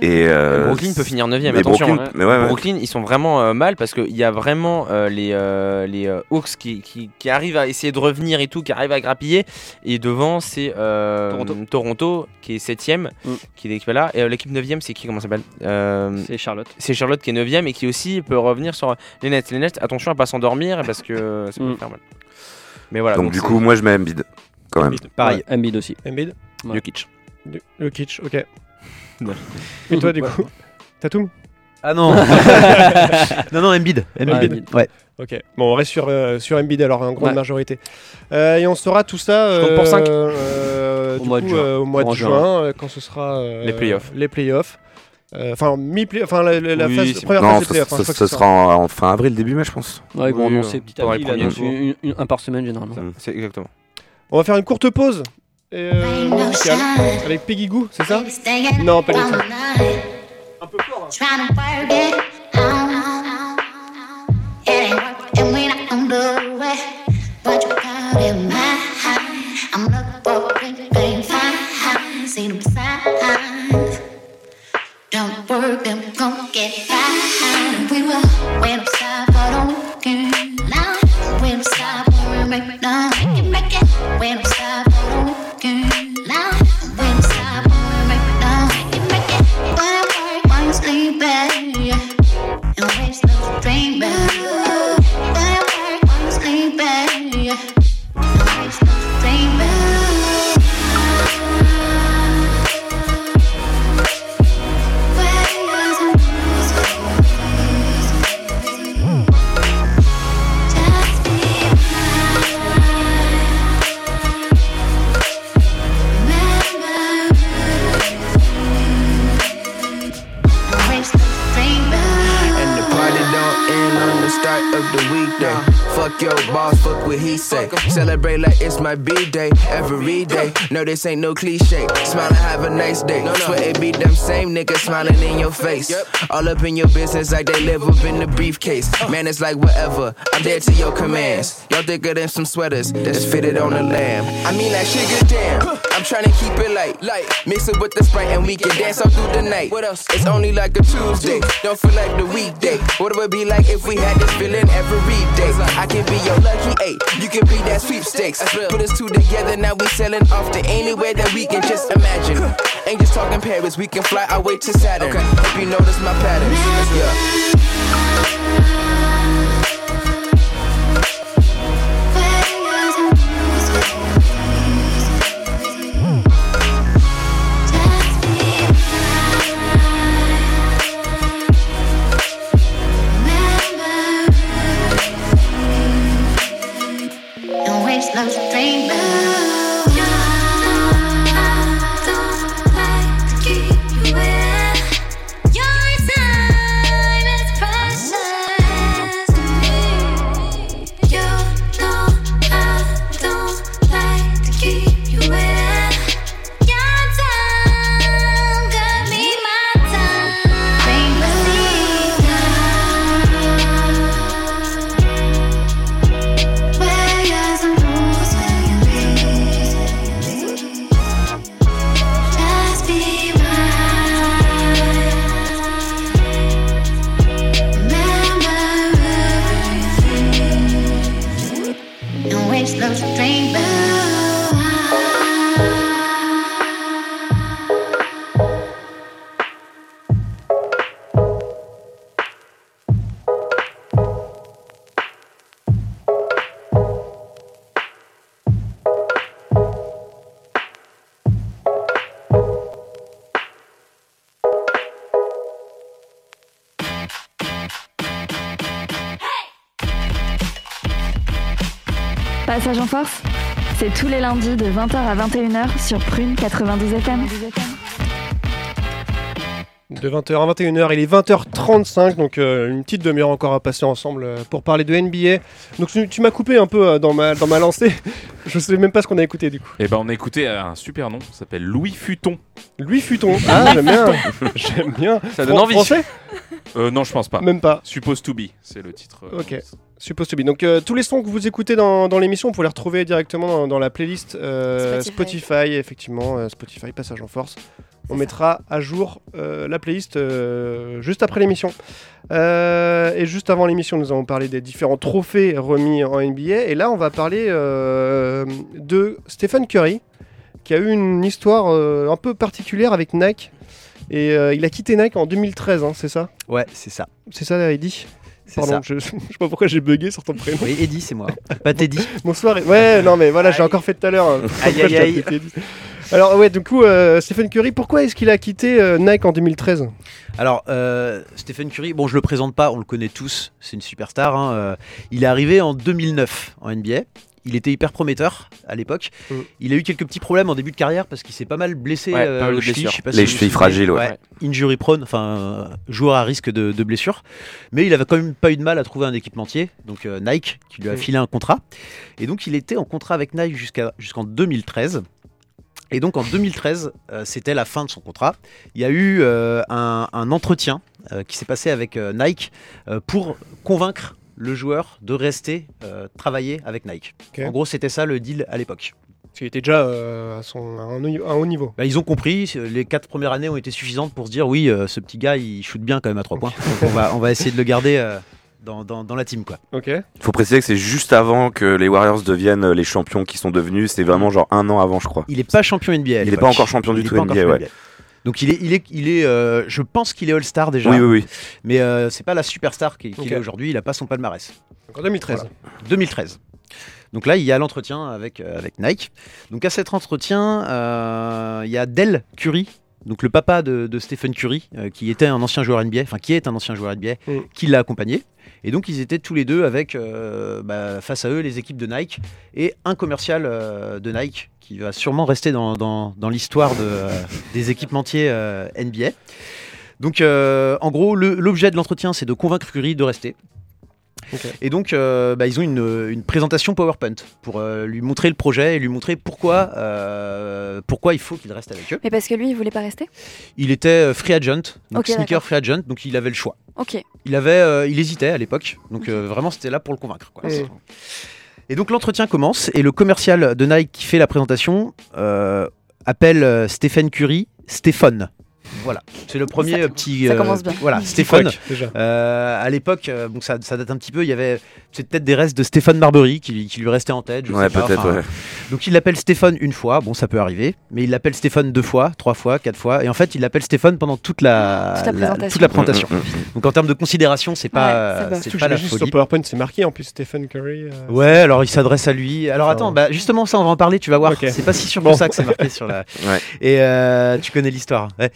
S4: Et euh,
S7: Brooklyn peut finir 9
S4: mais
S7: attention.
S4: Brooklyn-
S7: hein.
S4: mais ouais, ouais.
S7: Brooklyn, ils sont vraiment euh, mal parce qu'il y a vraiment euh, les, euh, les euh, Hawks qui, qui, qui arrivent à essayer de revenir et tout, qui arrivent à grappiller. Et devant, c'est euh,
S3: Toronto.
S7: Toronto, qui est 7 e
S3: Mm.
S7: qui est l'équipe là. Et euh, l'équipe 9 c'est qui Comment ça s'appelle Euh,
S3: C'est Charlotte.
S7: C'est Charlotte qui est 9 e et qui aussi peut revenir sur les Nets. Les Nets, attention à pas s'endormir parce que euh, ça peut
S3: Mm.
S7: faire mal. Mais voilà.
S4: donc du
S7: c'est-
S4: coup, moi je mets Embiid quand même.
S7: pareil,
S3: Ouais, Embiid aussi.
S2: Embiid,
S3: Ouais.
S7: Jokic.
S2: du- le kitsch, ok. Et toi, du coup Tatum
S6: Ah non Non, non, Embiid. Embiid.
S3: Embiid.
S6: Ouais.
S2: Ok. Bon, on reste sur, euh, sur Embiid alors, en grande
S3: Ouais.
S2: majorité. Euh, et on saura tout ça
S7: Je compte pour
S2: euh,
S7: cinq.
S2: euh,
S3: Au
S2: du
S3: mois de
S2: coup,
S3: juin.
S2: euh, au mois de
S3: En
S2: juin,
S3: juin.
S2: euh, quand ce sera euh,
S7: Les playoffs.
S2: Les playoffs. Euh, Enfin, mi-play- enfin la, la- la
S7: Oui,
S2: phase-
S7: c'est-
S2: première
S4: non,
S2: phase des
S4: ça,
S2: playoffs. hein,
S4: ça-
S2: je crois que
S4: ça
S2: ce
S4: sera en, en fin avril, début mai, je pense.
S3: Ouais, ils vont
S7: Oui,
S3: annoncer
S7: euh,
S3: petit
S7: pendant
S3: à
S7: les
S3: petit. Ils
S7: premiers
S3: annoncent
S7: jours.
S3: une- une- un par semaine généralement.
S7: C'est exactement.
S2: On va faire une courte pause. Et, euh, musicale, avec Peggy Goo, c'est ça Non, pas du tout.
S13: Don't work them, gon' get fine. We will, we don't stop, I don't care. Now, we don't stop, we make now. We can make it, we don't stop, I don't care. Now, we don't stop, we make now. We can make it, when I work, when I'm sleeping. And waste those dreaming. When I work, when I'm sleeping. And waste those dreaming.
S12: And the party don't end on the start of the weekday. Fuck your boss, fuck what he say. Celebrate like it's my B-day every day. No, this ain't no cliche. Smile and have a nice day. Swear it be them same niggas smiling in your face. All up in your business like they live up in the briefcase. Man, it's like whatever. I'm dead to your commands. Y'all thicker than some sweaters that's fitted on a lamb. I mean like sugar damn. I'm tryna keep it light. light. Mix it with the sprite and we can dance all through the night. What else? It's only like a Tuesday. Don't feel like the weekday. What it would be like if we had this feeling every day. I can be your lucky eight. You can be that sweepstakes. Put us two together, now we selling off to anywhere that we can just imagine. Ain't just talking Paris, we can fly our way to Saturn. Hope you notice my patterns. Yeah.
S13: Keep you in. Your time is precious.
S1: Passage en force, c'est tous les lundis de 20h à 21h sur Prune 92 FM.
S2: De 20h à 21h, il est 20h35, donc euh, une petite demi-heure encore à passer ensemble euh, pour parler de NBA. Donc tu, tu m'as coupé un peu euh, dans, ma, dans ma lancée, je sais même pas ce qu'on a écouté du coup.
S5: Et ben on a écouté un super nom, ça s'appelle Louis Futon.
S2: Louis Futon, ah j'aime bien, j'aime bien.
S5: Ça donne
S2: Fran-
S5: envie.
S2: Français
S5: Euh, non, je pense pas.
S2: Même pas.
S5: Suppose to be, c'est le titre. euh,
S2: Ok, suppose to be. Donc euh, tous les sons que vous écoutez dans, dans l'émission, vous pouvez les retrouver directement dans, dans la playlist euh, Spotify.
S14: Spotify.
S2: effectivement, euh, Spotify Passage en Force. On mettra à jour euh, la playlist euh, juste après l'émission. Euh, et juste avant l'émission, nous avons parlé des différents trophées remis en NBA. Et là, on va parler euh, de Stephen Curry, qui a eu une histoire euh, un peu particulière avec Nike. Et euh, il a quitté Nike en 2013, hein, c'est ça
S6: Ouais, c'est ça.
S2: C'est ça, Heidi
S6: C'est
S2: Pardon,
S6: ça.
S2: Je, je sais pas pourquoi j'ai bugué sur ton prénom.
S6: Oui, Eddy, c'est moi. Pas Teddy.
S2: Bonsoir. Ouais, non, mais voilà, j'ai encore fait tout à l'heure. hein.
S6: Aïe,
S2: Pourquoi
S6: aïe,
S2: je
S6: aïe.
S2: t'ai dit Alors, ouais, du coup, euh, Stephen Curry, pourquoi est-ce qu'il a quitté euh, Nike en 2013
S6: Ah, Alors, euh, Stephen Curry, bon, je le présente pas, on le connaît tous, c'est une superstar. hein, euh, il est arrivé en 2009 en NBA. Il était hyper prometteur à l'époque. Il a eu quelques petits problèmes en début de carrière parce qu'il s'est pas mal blessé
S4: Ouais,
S6: euh,
S4: pas mal
S6: aux
S4: de
S6: chevilles,
S4: blessures.
S6: je sais pas
S4: Les
S6: si vous
S4: chevilles
S6: vous
S4: fragiles,
S6: souvenez.
S4: ouais.
S6: Injury prone, enfin euh, joueur à risque de, de blessure. Mais il avait quand même pas eu de mal à trouver un équipementier, donc euh, Nike qui lui a
S7: Mm.
S6: filé un contrat. Et donc il était en contrat avec Nike jusqu'à jusqu'en 2013. Et donc en 2013, euh, c'était la fin de son contrat. Il y a eu euh, un, un entretien euh, qui s'est passé avec euh, Nike euh, pour convaincre le joueur de rester euh, travailler avec Nike.
S2: Ok.
S6: En gros, c'était ça le deal à l'époque.
S2: Parce qu'il était déjà euh, à, son, à un, haut- à un haut niveau.
S6: Bah, ils ont compris, euh, les quatre premières années ont été suffisantes pour se dire oui, euh, ce petit gars, il shoot bien quand même à trois points. Donc, on, va, on va essayer de le garder euh, dans, dans- dans la team. quoi.
S2: Ok.
S4: Faut préciser que c'est juste avant que les Warriors deviennent euh, les champions qui sont devenus. C'est vraiment genre un an avant, je crois.
S6: Il n'est pas champion NBA. à
S4: Il est
S6: l'époque.
S4: pas encore champion du
S6: est
S4: tout
S6: pas encore
S4: NBA,
S6: champion
S4: ouais.
S6: Donc il est, il est, il est euh, je pense qu'il est All-Star déjà.
S4: Oui, oui, oui.
S6: Mais euh, c'est pas la superstar qu'il qu'il
S2: Ok.
S6: est aujourd'hui, il a pas son palmarès.
S2: Donc en 2013.
S6: Voilà. 2013. Donc là, il y a l'entretien avec, euh, avec Nike. Donc à cet entretien, euh, il y a Dell Curry, donc le papa de, de Stephen Curry, euh, qui était un ancien joueur NBA, enfin qui est un ancien joueur NBA,
S2: Mm.
S6: qui l'a accompagné. Et donc ils étaient tous les deux avec, euh, bah, face à eux, les équipes de Nike et un commercial euh, de Nike qui va sûrement rester dans, dans- dans l'histoire de, euh, des équipementiers euh, NBA. Donc euh, en gros, le- l'objet de l'entretien, c'est de convaincre Curry de rester. Et donc, euh, bah, ils ont une, une présentation PowerPoint pour euh, lui montrer le projet et lui montrer pourquoi, euh, pourquoi il faut qu'il reste avec eux.
S14: Mais parce que lui, il voulait pas rester
S6: Il était euh, free agent, donc
S14: Eh ben. Ok,
S6: sneaker free agent, donc il avait le choix.
S14: Ok.
S6: Il, avait, euh, il hésitait à l'époque, donc euh, vraiment c'était là pour le convaincre. quoi.
S14: Ok.
S6: Et donc l'entretien commence et le commercial de Nike qui fait la présentation euh, appelle euh, Stephen Curry Stéphane. Voilà, c'est le premier euh, petit.
S14: ça
S6: euh,
S14: commence bien.
S6: Voilà,
S14: Petit
S6: Stéphane.
S2: couac, déjà.
S6: Euh, à l'époque, euh, bon, ça, ça date un petit peu. Il y avait, c'est peut-être des restes de Stéphane Marbury qui, qui lui restait en tête. je
S4: Ouais,
S6: sais pas,
S4: peut-être,
S6: enfin,
S4: ouais.
S6: Donc il l'appelle Stéphane une fois. Bon, ça peut arriver, mais il l'appelle Stéphane deux fois, trois fois, quatre fois, et en fait, il l'appelle Stéphane pendant toute la,
S14: Toute la présentation.
S6: toute la présentation.
S4: Mm, mm, mm,
S6: Donc en termes de considération, c'est pas, euh,
S14: va.
S6: c'est
S2: Surtout que
S6: pas la
S2: j'imagine
S6: folie.
S2: sur PowerPoint, c'est marqué en plus Stephen Curry. euh,
S6: Ouais, alors il s'adresse à lui. Alors
S2: Ah
S6: attends,
S2: ouais.
S6: bah justement ça on va en parler, tu vas voir.
S2: Ok.
S6: C'est pas si sûr
S2: Bon.
S6: que ça que c'est marqué sur la.
S4: Ouais.
S6: Et euh, tu connais l'histoire. ouais.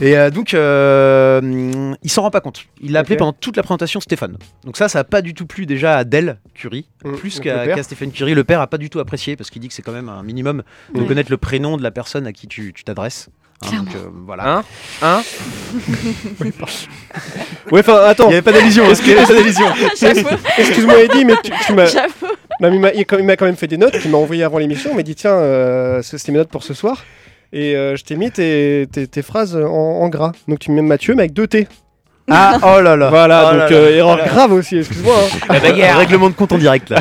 S6: Et euh, donc euh, hum, il s'en rend pas compte. Il l'a appelé
S2: Ok.
S6: pendant toute la présentation Stéphane. Donc ça, ça a pas du tout plu déjà à Dell Curie,
S2: Mm,
S6: plus
S2: donc
S6: qu'à
S2: le père.
S6: qu'à Stéphane Curie. Le père a pas du tout apprécié parce qu'il dit que c'est quand même un minimum de
S2: Mm.
S14: Ouais.
S6: connaître le prénom de la personne à qui tu tu t'adresses. Hein,
S14: Clairement.
S6: donc, euh, voilà.
S7: Hein Hein
S2: Hein Ouais, enfin, attends.
S6: Il y avait pas d'allusion. hein. Il y avait pas d'allusion.
S2: Excuse-moi, Eddie, mais tu, tu m'as.
S14: J'avoue.
S2: Non, mais il m'a- il quand- il m'a quand même fait des notes qu'il m'a envoyé avant l'émission. Il m'a dit tiens, euh, c'est c'est mes notes pour ce soir. Et euh, je t'ai mis tes, tes- tes phrases en, en gras. Donc tu m'aimes Mathieu, mais avec deux T.
S6: Ah oh là là.
S2: Voilà,
S6: Oh là
S2: donc
S6: là.
S2: euh, erreur grave aussi, excuse-moi. hein.
S6: Règlement de compte en direct là.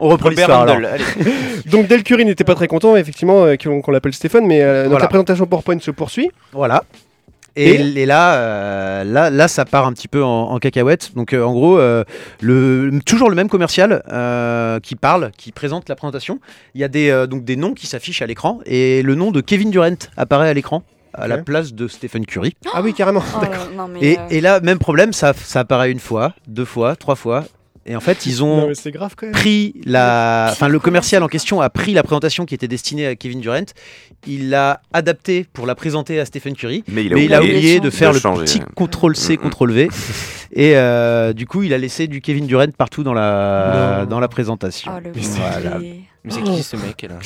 S6: On reprend
S7: Robert
S6: l'histoire alors.
S7: Handel, allez.
S2: Donc Del Curry n'était pas très content, effectivement, euh, qu'on qu'on l'appelle Stéphane, mais euh, donc
S6: Voilà.
S2: la présentation PowerPoint se poursuit.
S6: Voilà. Et,
S2: Et
S6: et là, euh, là, là, ça part un petit peu en, en cacahuète. Donc, euh, en gros, euh, le, toujours le même commercial euh, qui parle, qui présente la présentation. Il y a des, euh, donc des noms qui s'affichent à l'écran et le nom de Kevin Durant apparaît à l'écran à la
S2: Ok.
S6: place de Stephen Curry.
S2: Ah oui, carrément.
S14: Oh là, non, mais
S6: Et,
S14: euh,
S6: et là, même problème, ça, ça apparaît une fois, deux fois, trois fois. Et en fait, ils
S2: Non,
S6: ont
S2: mais c'est grave quand même.
S6: pris la. Enfin, le commercial en question a pris la présentation qui était destinée à Kevin Durant. Il l'a adaptée pour la présenter à Stephen Curry.
S4: Mais il a
S6: Mais il a
S4: oublié
S6: oublié
S4: de
S6: de faire le
S4: changer.
S6: petit CTRL-C,
S4: Mm, mm.
S6: CTRL-V. Et euh, du coup, il a laissé du Kevin Durant partout dans la,
S2: Non.
S6: dans la présentation.
S1: Oh le
S6: Voilà.
S1: bouclier.
S7: Mais c'est qui ce mec là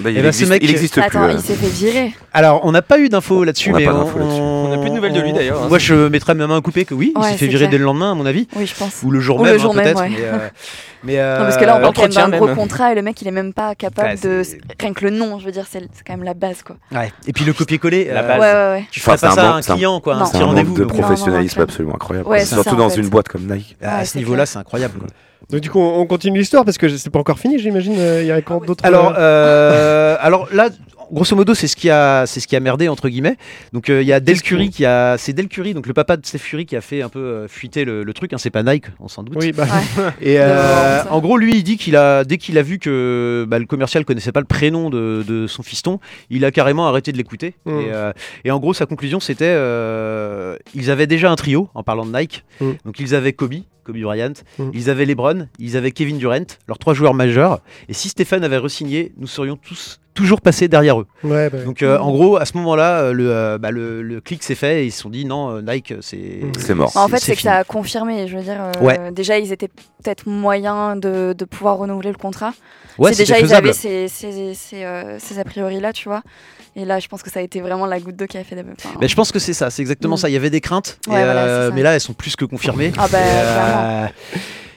S4: Bah, il
S6: Eh ben,
S4: existe,
S6: ce mec-
S4: il existe plus.
S1: Attends,
S4: euh.
S1: il s'est fait virer.
S6: Alors, on n'a pas eu d'infos là-dessus,
S4: On n'a
S6: mais
S4: pas d'infos là-dessus.
S7: On n'a plus de nouvelles de lui, d'ailleurs, hein.
S6: Moi, je mettrais ma main à couper que oui, il
S1: Ouais,
S6: s'est fait
S1: c'est
S6: virer
S1: clair.
S6: dès le lendemain, à mon avis.
S1: Oui, je pense.
S6: Ou le jour
S1: Ou le
S6: même,
S1: jour
S6: hein,
S1: même,
S6: peut-être.
S1: ouais.
S6: Mais, euh, mais, euh,
S1: Non, parce que là, on parle quand même
S7: l'entretien
S1: d'un gros
S7: même.
S1: contrat et le mec, il est même pas capable
S6: Ouais,
S1: de.
S6: c'est-
S1: Rien que le nom, je veux dire, c'est c'est quand même la base, quoi.
S6: ouais. Et puis le copier-coller,
S7: La
S6: euh,
S7: base.
S1: Ouais, ouais, ouais.
S6: tu ferais
S4: Enfin,
S6: pas
S4: c'est un
S6: ça
S4: bon-
S6: à un
S4: c'est un-
S6: client, quoi, un
S1: Non.
S6: petit
S4: C'est un manque
S6: rendez-vous.
S4: de
S6: donc,
S1: prof-
S4: professionnalisme
S1: Non, non, non,
S4: absolument incroyable.
S1: Ouais, c'est
S4: Surtout
S1: ça, en
S4: dans
S1: fait.
S4: une boîte comme Nike. ah,
S6: Ah, À
S1: Ouais,
S6: ce
S1: c'est
S6: niveau-là,
S1: clair.
S6: c'est incroyable. quoi.
S2: Donc du coup, on on continue l'histoire parce que c'est pas encore fini, j'imagine. euh, Il y a encore d'autres.
S6: Ah, Alors, euh, alors là, grosso modo, c'est ce qui a, c'est ce qui a merdé entre guillemets. Donc euh, il y a Del Curry qui a, c'est Del Curry, donc le papa de Steph Curry qui a fait un peu euh, fuiter le, le truc. hein, c'est pas Nike, on s'en doute.
S2: oui, bah,
S6: Et
S1: Euh,
S6: euh,
S1: ça.
S6: en gros, lui, il dit qu'il a, dès qu'il a vu que bah, le commercial connaissait pas le prénom de, de son fiston, il a carrément arrêté de l'écouter.
S2: Mm.
S6: Et, euh, et en gros, sa conclusion, c'était, euh, ils avaient déjà un trio en parlant de Nike.
S2: Mm.
S6: Donc ils avaient Kobe, Kobe Bryant,
S2: Mm.
S6: ils avaient LeBron, ils avaient Kevin Durant, leurs trois joueurs majeurs. Et si Stéphane avait re-signé, nous serions tous toujours passés derrière eux.
S2: ouais, bah,
S6: Donc euh, en gros, à ce moment-là, euh, le, euh, bah, le, le clic s'est fait et ils se sont dit non, euh, Nike, c'est
S2: Mm.
S4: C'est mort.
S1: Bah, en fait,
S6: c'est
S1: c'est que
S6: fini.
S1: ça a confirmé. Je veux dire, euh,
S6: Ouais.
S1: déjà, ils étaient peut-être moyens de, de pouvoir renouveler le contrat.
S6: Ouais,
S1: C'est déjà,
S6: c'était faisable.
S1: ils avaient ces, ces, ces, euh, ces a priori-là, tu vois. Et là, je pense que ça a été vraiment la goutte d'eau qui a fait des. enfin,
S6: Ben, je pense que c'est ça, c'est exactement
S1: Mm.
S6: ça. Il y avait des craintes,
S1: Ouais,
S6: et,
S1: voilà,
S6: euh,
S1: c'est ça.
S6: mais là elles sont plus que confirmées.
S1: Ah, bah,
S6: Et, euh,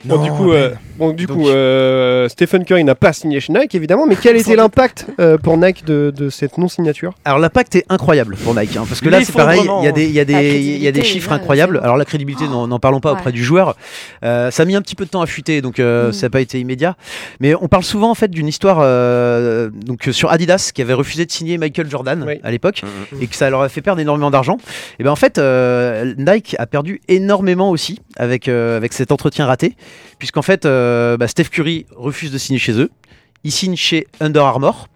S2: Bon, du coup, euh, bon, du
S6: Donc-
S2: coup euh, Stephen Curry n'a pas signé chez Nike, évidemment, mais quel
S1: Sans
S2: était
S1: doute.
S2: l'impact euh, pour Nike de, de cette non-signature
S6: Alors l'impact est incroyable pour Nike, hein, parce que là c'est pareil, il y a des, il y a
S1: La
S6: des, il y a des
S1: crédibilité,
S6: chiffres
S1: ouais,
S6: incroyables.
S1: c'est bon.
S6: Alors la crédibilité, n'en n'en parlons pas
S1: Ouais.
S6: auprès du joueur. Euh, ça a mis un petit peu de temps à fuiter, donc euh,
S1: Mm.
S6: ça n'a pas été immédiat. Mais on parle souvent en fait d'une histoire euh, donc euh, sur Adidas qui avait refusé de signer Michael Jordan
S2: Oui.
S6: à l'époque
S4: Mhm.
S6: et que ça leur a fait perdre énormément d'argent. Et ben en fait euh, Nike a perdu énormément aussi avec euh, avec cet entretien raté, puisqu'en fait euh, bah, Steph Curry refuse de signer chez eux. Il signe chez Under Armour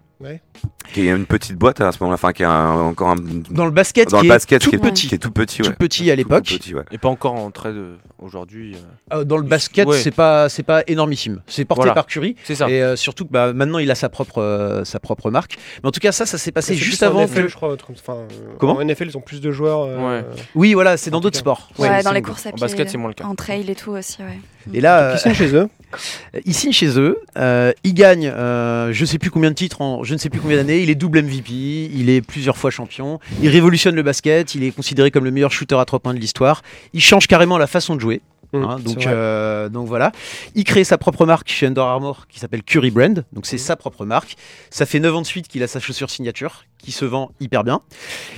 S4: Qui est une petite boîte hein, à ce moment-là, enfin qui est un- encore un. Dans
S6: dans le basket qui
S4: le
S6: est
S4: basket,
S6: tout
S4: qui est
S6: petit.
S4: Qui est tout petit,
S6: tout
S4: ouais.
S6: petit à
S4: Tout
S6: l'époque.
S4: petit, ouais.
S7: Et pas encore en train de. Aujourd'hui. euh,
S6: Euh, dans le basket,
S7: Ouais.
S6: c'est pas c'est pas énormissime. C'est porté
S7: Voilà.
S6: par Curry
S7: C'est ça.
S6: et euh, surtout que bah, maintenant il a sa propre euh, sa propre marque. Mais en tout cas ça ça s'est passé
S2: C'est
S6: juste
S2: plus en
S6: avant
S2: NFL,
S6: que
S2: je crois. autre- Enfin, euh,
S6: Comment
S2: En NFL, ils ont plus de joueurs. euh,
S7: Ouais.
S6: oui voilà c'est
S2: En
S6: dans
S2: tout
S6: d'autres
S2: cas.
S6: sports.
S1: Ouais,
S6: C'est-
S1: dans
S6: c'est-
S1: les courses à
S7: En
S1: pied,
S7: basket, c'est moins le cas.
S1: en trail et tout aussi, ouais.
S6: Et là euh,
S2: Qui signent chez eux
S6: il signe chez eux, euh, il gagne euh, je sais plus combien de titres en je ne sais plus combien d'années, il est double MVP, il est plusieurs fois champion, il révolutionne le basket, il est considéré comme le meilleur shooter à trois points de l'histoire, il change carrément la façon de jouer, hein,
S2: Mm,
S6: donc,
S2: c'est vrai.
S6: euh, donc voilà, il crée sa propre marque chez Under Armour qui s'appelle Curry Brand, donc c'est sa propre marque, ça fait 9 ans de suite qu'il a sa chaussure signature qui se vend hyper bien,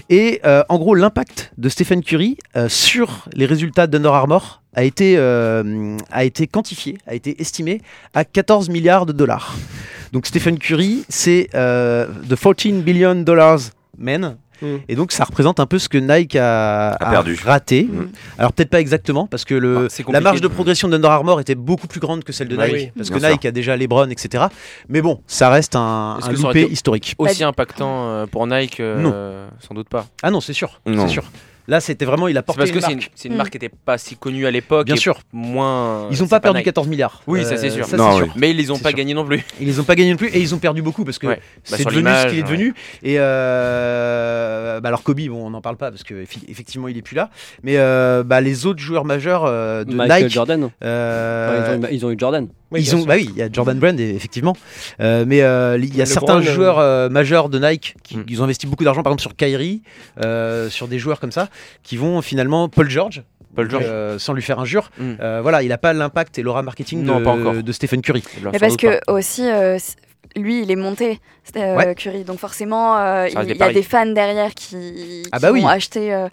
S6: et euh, en gros l'impact de Stephen Curry euh, sur les résultats d'Under Armour a été, euh, a été quantifié, a été estimé à 14 milliards de dollars. Donc Stephen Curry, c'est euh, The 14 Billion Dollars Man.
S2: Mm.
S6: Et donc ça représente un peu ce que Nike a,
S4: A perdu.
S6: raté.
S4: Mm.
S6: Alors peut-être pas exactement, parce que le,
S7: Ah, c'est
S6: la
S7: compliqué.
S6: marge de progression d'Under Armour était beaucoup plus grande que celle de
S2: Bah
S6: Nike.
S2: oui,
S6: parce
S4: bien
S6: que
S4: sûr.
S6: Nike a déjà Lebron, etc. Mais bon, ça reste un,
S7: Est-ce
S6: un
S7: que ça aurait
S6: loupé
S7: été-
S6: historique.
S7: Aussi impactant euh, pour Nike euh, Sans doute pas.
S6: Ah non, c'est sûr.
S4: Non.
S6: C'est sûr. Là, c'était vraiment, il a
S7: C'est
S6: porté
S7: parce que
S6: une
S7: c'est
S6: marque.
S7: une, c'est une
S1: Mm.
S7: marque qui n'était pas si connue à l'époque.
S6: Bien
S7: et
S6: sûr.
S7: Moins. euh,
S6: Ils n'ont
S7: c'est
S6: pas perdu
S7: Nike.
S6: 14 milliards. Euh,
S7: Oui, ça, c'est sûr.
S4: Non, oui.
S7: Mais ils les ont
S6: C'est
S7: pas
S6: sûr.
S7: gagnés non plus.
S6: Ils les ont pas gagnés non plus et ils ont perdu beaucoup parce que
S7: Ouais. Bah,
S6: c'est
S7: sur
S6: devenu ce qu'il est
S7: l'image,
S6: devenu. Et euh, bah, alors Kobe, bon, on n'en parle pas parce que effi- effectivement il est plus là. Mais euh, bah, les autres joueurs majeurs euh, de
S3: Michael
S6: Nike,
S3: Jordan.
S6: euh,
S3: Ouais, ils, ont, eu- ils ont eu Jordan.
S6: ils ont, bah oui, il y a Jordan Brand et- effectivement, Euh, mais euh, il y a
S2: LeBron,
S6: certains
S2: euh,
S6: joueurs euh, majeurs de Nike qui
S7: Hmm.
S6: ils ont investi beaucoup d'argent, par exemple sur Kyrie, euh, sur des joueurs comme ça, qui vont finalement Paul George,
S7: Paul George.
S6: euh, sans lui faire injure.
S7: Hmm.
S6: euh, voilà, il n'a pas l'impact et l'aura marketing
S7: Non,
S6: de,
S7: pas encore.
S6: de Stephen Curry.
S7: Ils l'ont
S1: Mais
S7: sans
S1: parce
S7: doute
S1: que aussi, euh, c- lui, il est monté, euh,
S6: Ouais.
S1: Curry. Donc forcément, euh,
S7: Ça reste
S1: il
S7: des
S1: il y a
S7: paris.
S1: des fans derrière qui,
S6: Ah
S1: qui
S6: bah oui.
S1: ont acheté. euh,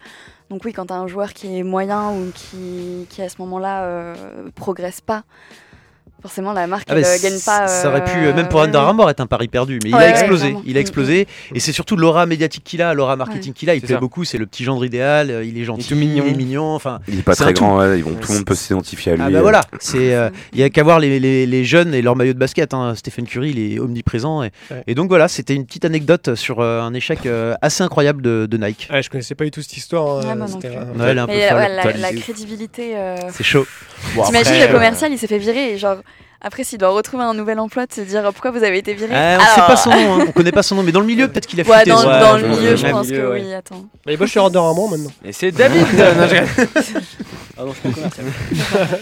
S1: donc oui, quand t'as un joueur qui est moyen ou qui, qui à ce moment-là euh, progresse pas, forcément la marque
S6: Ah
S1: elle
S6: bah,
S1: euh, gagne pas.
S6: Ça aurait pu, euh, même pour
S1: euh,
S6: Under Armour, être un pari perdu. Mais il
S1: Ouais,
S6: a
S1: ouais,
S6: explosé.
S1: clairement.
S6: il a explosé.
S2: Mm,
S6: Et c'est surtout l'aura médiatique qu'il a, l'aura marketing qu'il a. Il
S7: C'est
S6: plaît
S7: ça.
S6: beaucoup. C'est le petit gendre idéal. euh, Il est gentil.
S7: tout mignon.
S6: Il est mignon. Enfin,
S4: Il est pas
S6: C'est un
S4: très
S6: tout.
S4: grand, ouais, ils vont,
S7: Ouais,
S4: tout le monde peut s'identifier à lui.
S6: ah bah
S4: euh.
S6: voilà. C'est, euh, il y a qu'à voir les, les- les jeunes et leur maillot de basket. hein. Stephen Curry, il est omniprésent. Et,
S2: Ouais.
S6: et donc voilà, c'était une petite anecdote sur euh, un échec euh, assez incroyable de, de Nike.
S2: Ah, je connaissais pas du tout cette histoire. hein,
S7: Mm,
S1: Ouais, moi non
S2: c'était,
S1: plus.
S2: euh,
S6: Noël est un peu
S1: Mais,
S6: folle.
S1: ouais, la,
S7: Totalité.
S1: la crédibilité. euh,
S6: C'est chaud.
S7: Bon,
S14: T'imagines
S7: après,
S14: le
S7: euh,
S14: commercial, il s'est fait virer et genre après s'il doit retrouver un nouvel emploi de se dire
S1: oh,
S14: pourquoi vous avez été viré.
S6: Euh, on
S14: Alors-
S6: sait pas son nom, hein. on connaît pas son nom, mais dans le milieu, peut-être qu'il a
S14: Ouais,
S6: fuité.
S14: dans,
S6: ouais,
S14: dans
S6: je-
S14: le milieu, je
S6: ouais.
S14: pense que
S3: ouais.
S14: oui, attends.
S2: Mais bah, je suis rendeur à moi maintenant.
S7: Et c'est David Non, je rigole.
S3: Ah non, c'est pas commercial.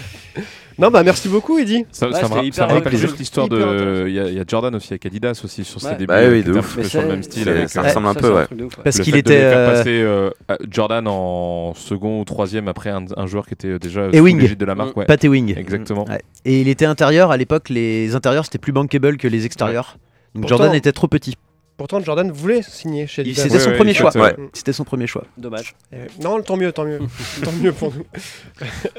S2: Non, bah merci beaucoup, Eddie.
S5: Ça,
S3: Ouais,
S5: ça me,
S3: c'était
S5: ra-
S3: hyper
S5: ça me rappelle
S3: intéressant.
S5: juste l'histoire
S3: Hyper
S5: de. Il y, a- il y a Jordan aussi avec Adidas aussi sur ses
S3: Ouais.
S5: débuts.
S4: Bah
S5: qui
S4: oui, de
S5: était un
S4: ouf.
S5: petit peu sur le même style. avec,
S4: ça
S5: euh,
S4: ressemble un
S3: Ça,
S4: peu,
S3: c'est
S4: ouais.
S3: truc de ouf, ouais.
S6: Parce
S5: le
S6: qu'il
S5: fait de
S6: était.
S5: les faire
S6: euh,
S5: passer, euh, à- Jordan en second ou troisième après un, un joueur qui était déjà euh, sous
S6: Ewing.
S5: l'égide de la marque. ouais.
S6: Pat Ewing.
S5: Exactement.
S6: Ouais. Et il était intérieur, à l'époque, les intérieurs c'était plus bankable que les extérieurs. Donc
S2: Pourtant-
S6: Jordan était trop petit.
S2: Pourtant, Jordan voulait signer chez
S6: Il-
S2: Adidas.
S6: C'était
S5: Ouais,
S6: son
S5: ouais,
S6: premier
S5: il
S6: choix.
S5: fait, euh,
S2: Ouais.
S6: C'était son premier choix.
S3: Dommage.
S2: Euh, Non, tant mieux, tant mieux. tant mieux pour nous.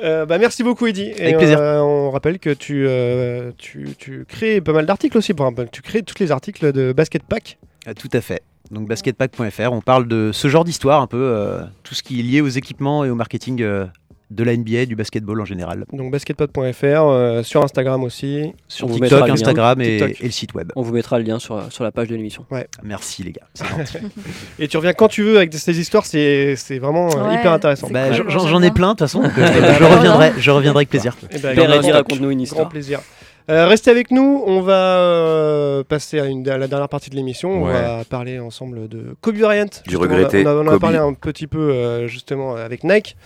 S2: Euh, bah, merci beaucoup, Eddy. Et,
S6: Avec plaisir.
S2: euh, on rappelle que tu, euh, tu, tu crées pas mal d'articles aussi. Pour un peu- tu crées tous les articles de Basket Pack.
S6: Ah, Tout à fait. Donc basketpack.fr, on parle de ce genre d'histoire un peu, euh, tout ce qui est lié aux équipements et au marketing euh, de la NBA, du basketball en général.
S2: Donc basketpack.fr, euh, sur Instagram aussi.
S6: Sur
S3: On vous
S6: TikTok,
S3: mettra le lien.
S6: Instagram et,
S2: TikTok.
S6: et le site web.
S3: On vous mettra le lien sur, sur la page de l'émission.
S6: Merci les gars. c'est gentil.
S2: Et tu reviens quand tu veux avec ces histoires. C'est c'est vraiment euh,
S14: Ouais.
S2: hyper intéressant.
S14: C'est
S6: Bah,
S14: cool,
S6: j'en-
S14: moi,
S6: j'en
S14: j'aime
S6: j'en ai
S14: bien.
S6: plein de toute façon, donc, euh,
S2: bah,
S6: je,
S2: bah,
S6: reviendrai, je reviendrai avec plaisir.
S2: Et bah,
S3: Père
S2: grand-
S3: Eddie, raconte-nous une
S2: Grand
S3: histoire.
S2: plaisir. Euh, restez avec nous, on va euh, passer à, une, à la dernière partie de l'émission. On
S5: Ouais.
S2: va parler ensemble de Kobe Bryant. Justement,
S4: regretté
S2: On a, on a- on a
S4: Kobe.
S2: parlé un petit peu euh, justement avec Nike.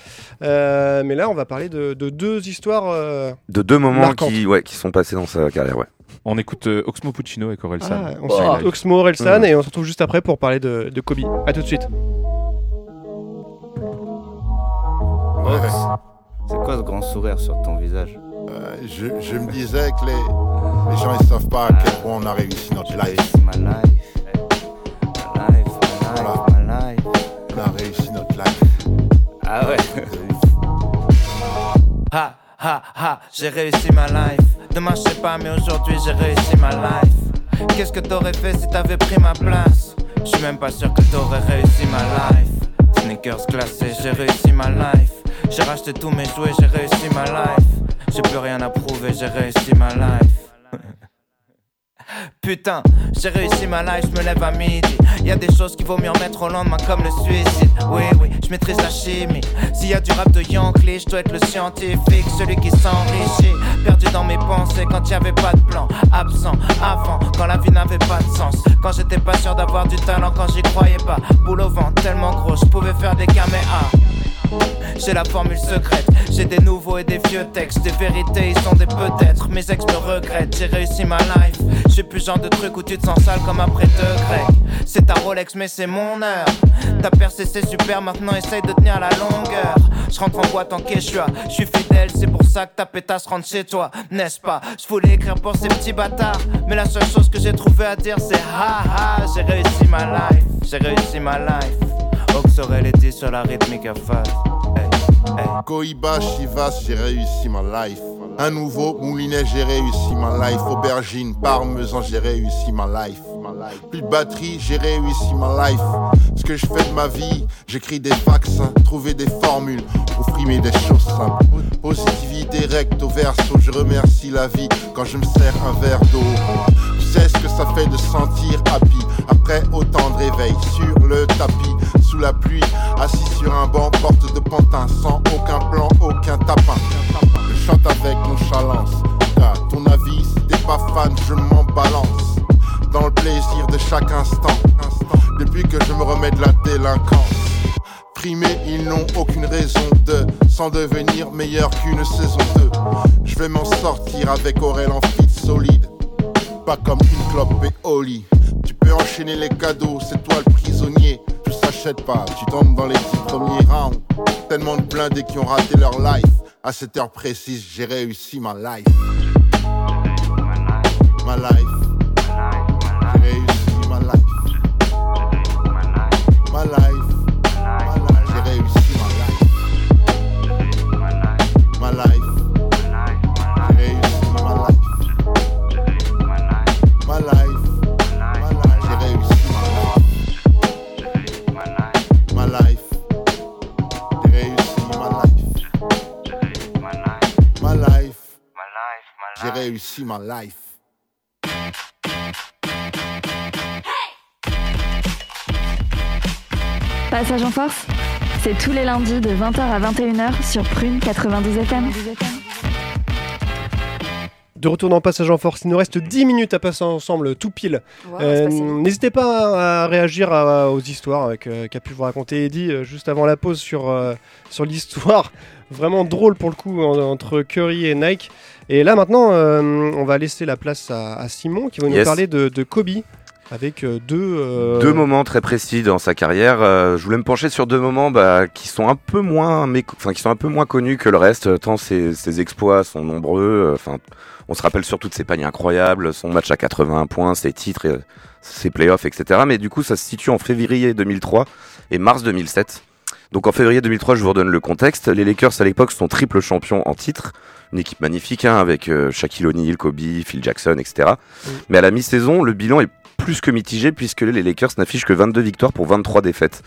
S2: Euh, mais là, on va parler de, de deux histoires. euh,
S4: De deux moments
S2: Marquante.
S4: qui, ouais, qui sont passés dans sa carrière, ouais.
S5: On écoute euh, Oxmo Puccino avec Aurel San.
S2: ah, on s'écoute Oxmo, Orelsan
S4: Mmh.
S2: et on se retrouve juste après pour parler de, de Kobe. A tout de suite.
S15: C'est quoi ce grand sourire sur ton visage
S16: Euh, je, je me disais que les, les gens ils savent pas à quel point on a réussi notre life.
S15: My life, my life, my life, my life.
S16: On a réussi notre life.
S15: Ah ouais Ha ha ha, j'ai réussi ma life. Demain je sais pas, mais aujourd'hui j'ai réussi ma life. Qu'est-ce que t'aurais fait si t'avais pris ma place Je suis même pas sûr que t'aurais réussi ma life. Sneakers classés, j'ai réussi ma life. J'ai racheté tous mes jouets, j'ai réussi ma life. J'ai plus rien à prouver, j'ai réussi ma life. Putain, j'ai réussi ma life, je me lève à midi. Y a des choses qui vaut mieux remettre au lendemain comme le suicide. Oui, oui, je maîtrise la chimie. S'il y a du rap de Yankee, je dois être le scientifique, celui qui s'enrichit. Perdu dans mes pensées quand y avait pas de plan. Absent, avant, quand la vie n'avait pas de sens. Quand j'étais pas sûr d'avoir du talent, quand j'y croyais pas. Boule au vent, tellement gros, je pouvais faire des caméas. J'ai la formule secrète, j'ai des nouveaux et des vieux textes, des vérités, ils sont des peut-être. Mes ex me regrettent, j'ai réussi ma life. Je suis plus genre de truc où tu te sens sale comme après deux grecs. C'est ta Rolex, mais c'est mon heure. Ta percée, c'est super, maintenant essaye de tenir la longueur. Je rentre en boîte en quechua, je suis fidèle, c'est pour ça que ta pétasse rentre chez toi, n'est-ce pas? Je voulais écrire pour ces petits bâtards, mais la seule chose que j'ai trouvé à dire, c'est ha ha, j'ai réussi ma life, j'ai réussi ma life. Oxorel était sur la rythmique à phase. Hey, hey.
S16: Koiba, Chivas, j'ai réussi ma life. Un nouveau moulinet, j'ai réussi ma life. Aubergine, parmesan, j'ai réussi ma life. ma life. Plus de batterie, j'ai réussi ma life. Ce que je fais de ma vie, j'écris des vaccins, trouver des formules pour frimer des choses simples. Positivité recto verso, je remercie la vie quand je me sers un verre d'eau. Je sais ce que ça fait de sentir happy après autant de réveils sur le tapis, sous la pluie, assis sur un banc, porte de pantin, sans aucun plan, aucun tapin. Je chante avec nonchalance, à ton avis, si t'es pas fan, je m'en balance. Dans le plaisir de chaque instant, instant, depuis que je me remets de la délinquance. Primés, ils n'ont aucune raison de s'en devenir meilleur qu'une saison 2. Je vais m'en sortir avec Aurel en fit solide. Pas comme une clope et Oli. Tu peux enchaîner les cadeaux, c'est toi le prisonnier. Tout s'achète pas, tu tombes dans les six premiers rounds. Tellement de blindés qui ont raté leur life. À cette heure précise, j'ai réussi ma life. Ma life. J'ai réussi ma life. Ma life. Ma life. J'ai réussi ma life. Ma life. J'ai réussi ma life. My life, my life, j'ai réussi ma life. My life, j'ai réussi ma life. My life, j'ai réussi ma life.
S1: Passage en force, c'est tous les lundis de 20h à 21h sur Prune 92 FM.
S2: De retour dans Passage en Force, il nous reste 10 minutes à passer ensemble, tout pile.
S14: Wow,
S2: Euh,
S14: c'est passé vite.
S2: N'hésitez pas à, à réagir à- aux histoires avec, euh, qu'a pu vous raconter Eddie euh, juste avant la pause sur, euh, sur l'histoire vraiment drôle pour le coup en- entre Curry et Nike. Et là maintenant, euh, on va laisser la place à, à Simon qui va nous
S4: Yes.
S2: parler de, de Kobe avec euh, deux, euh,
S4: Deux moments très précis dans sa carrière. Euh, je voulais me pencher sur deux moments bah, qui sont un peu moins, méco- enfin qui sont un peu moins connus que le reste, euh, tant ses, ses exploits sont nombreux. euh, Enfin, on se rappelle surtout de ses paniers incroyables, son match à 81 points, ses titres, euh, ses playoffs, etc. Mais du coup, ça se situe en février 2003 et mars 2007. Donc en février 2003, je vous redonne le contexte. Les Lakers à l'époque sont triple champions en titre. Une équipe magnifique hein, avec euh, Shaquille O'Neal, Kobe, Phil Jackson, etc. Mais à la mi-saison, le bilan est plus que mitigé puisque les Lakers n'affichent que 22 victoires pour 23 défaites.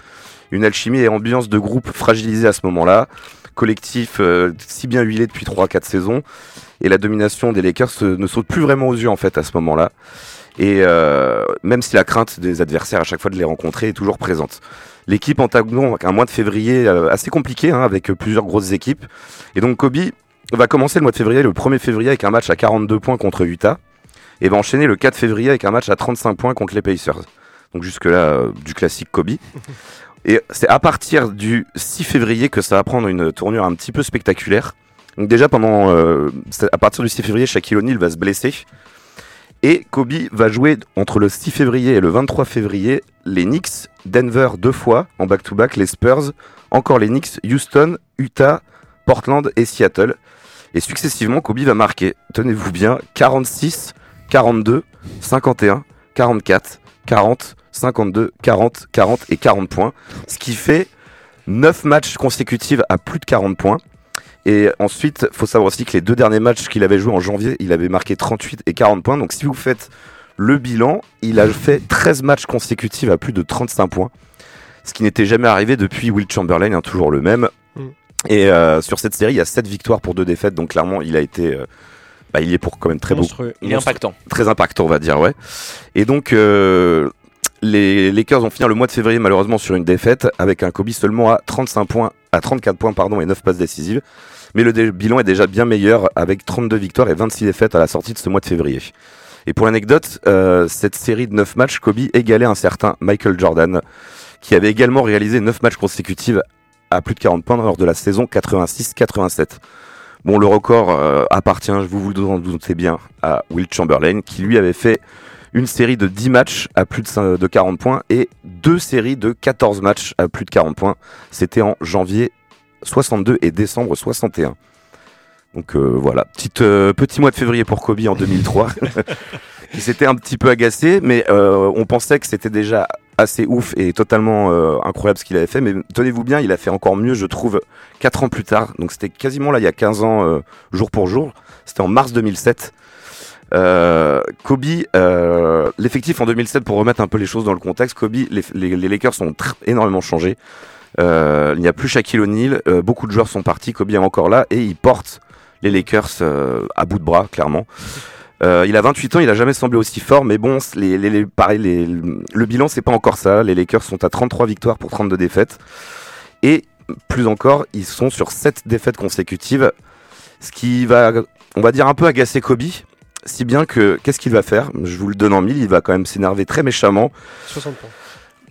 S4: Une alchimie et ambiance de groupe fragilisée à ce moment-là. Collectif euh, si bien huilé depuis 3-4 saisons. Et la domination des Lakers euh, ne saute plus vraiment aux yeux en fait à ce moment-là. Et euh, même si la crainte des adversaires à chaque fois de les rencontrer est toujours présente. L'équipe entame donc un mois de février euh, assez compliqué hein, avec euh, plusieurs grosses équipes. Et donc Kobe va commencer le mois de février, le 1er février, avec un match à 42 points contre Utah. Et va enchaîner le 4 février avec un match à 35 points contre les Pacers. Donc jusque-là, euh, du classique Kobe. Et c'est à partir du 6 février que ça va prendre une tournure un petit peu spectaculaire. Donc déjà pendant, euh, c'est à partir du 6 février, Shaquille O'Neal va se blesser. Et Kobe va jouer entre le 6 février et le 23 février les Knicks, Denver deux fois en back-to-back, les Spurs, encore les Knicks, Houston, Utah, Portland et Seattle. Et successivement, Kobe va marquer, tenez-vous bien, 46, 42, 51, 44, 40, 52, 40, 40 et 40 points. Ce qui fait 9 matchs consécutifs à plus de 40 points. Et ensuite, faut savoir aussi que les deux derniers matchs qu'il avait joués en janvier, il avait marqué 38 et 40 points. Donc si vous faites le bilan, il a fait 13 matchs consécutifs à plus de 35 points. Ce qui n'était jamais arrivé depuis Will Chamberlain, hein, toujours le même.
S2: Mm.
S4: Et euh, sur cette série, il y a 7 victoires pour 2 défaites. Donc clairement, il a été... euh, bah, il est pour quand même très
S2: Monstrueux.
S4: beau.
S17: Il est
S4: Monstre-
S17: impactant.
S4: Très impactant, on va dire, ouais. Et donc, euh, les Lakers vont finir le mois de février, malheureusement, sur une défaite, avec un Kobe seulement à 35 points, à 34 points, pardon, et 9 passes décisives. Mais le dé- bilan est déjà bien meilleur, avec 32 victoires et 26 défaites à la sortie de ce mois de février. Et pour l'anecdote, euh, cette série de 9 matchs, Kobe égalait un certain Michael Jordan, qui avait également réalisé 9 matchs consécutifs à plus de 40 points lors de la saison 86-87. Bon, le record euh, appartient, je vous vous en doutez bien, à Will Chamberlain, qui lui avait fait une série de 10 matchs à plus de, cin- de 40 points et deux séries de 14 matchs à plus de 40 points. C'était en janvier 62 et décembre 61. Donc euh, voilà, Petite, euh, petit mois de février pour Kobe en 2003. Il s'était un petit peu agacé, mais euh, on pensait que c'était déjà assez ouf et totalement euh, incroyable ce qu'il avait fait. Mais tenez-vous bien, il a fait encore mieux, je trouve, 4 ans plus tard. Donc c'était quasiment là, il y a 15 ans, euh, jour pour jour. C'était en mars 2007. Euh, Kobe, euh, l'effectif en 2007, pour remettre un peu les choses dans le contexte, Kobe, les, les- les Lakers ont tr- énormément changé. Euh, il n'y a plus Shaquille O'Neal, euh, beaucoup de joueurs sont partis, Kobe est encore là et il porte les Lakers euh, à bout de bras, clairement. Euh, il a 28 ans, il a jamais semblé aussi fort, mais bon, c- les, les- les- pareil, les- le bilan c'est pas encore ça. Les Lakers sont à 33 victoires pour 32 défaites. Et plus encore, ils sont sur 7 défaites consécutives, ce qui va, on va dire, un peu agacer Kobe. Si bien que, qu'est-ce qu'il va faire Je vous le donne en mille, il va quand même s'énerver très méchamment.
S2: 60 points.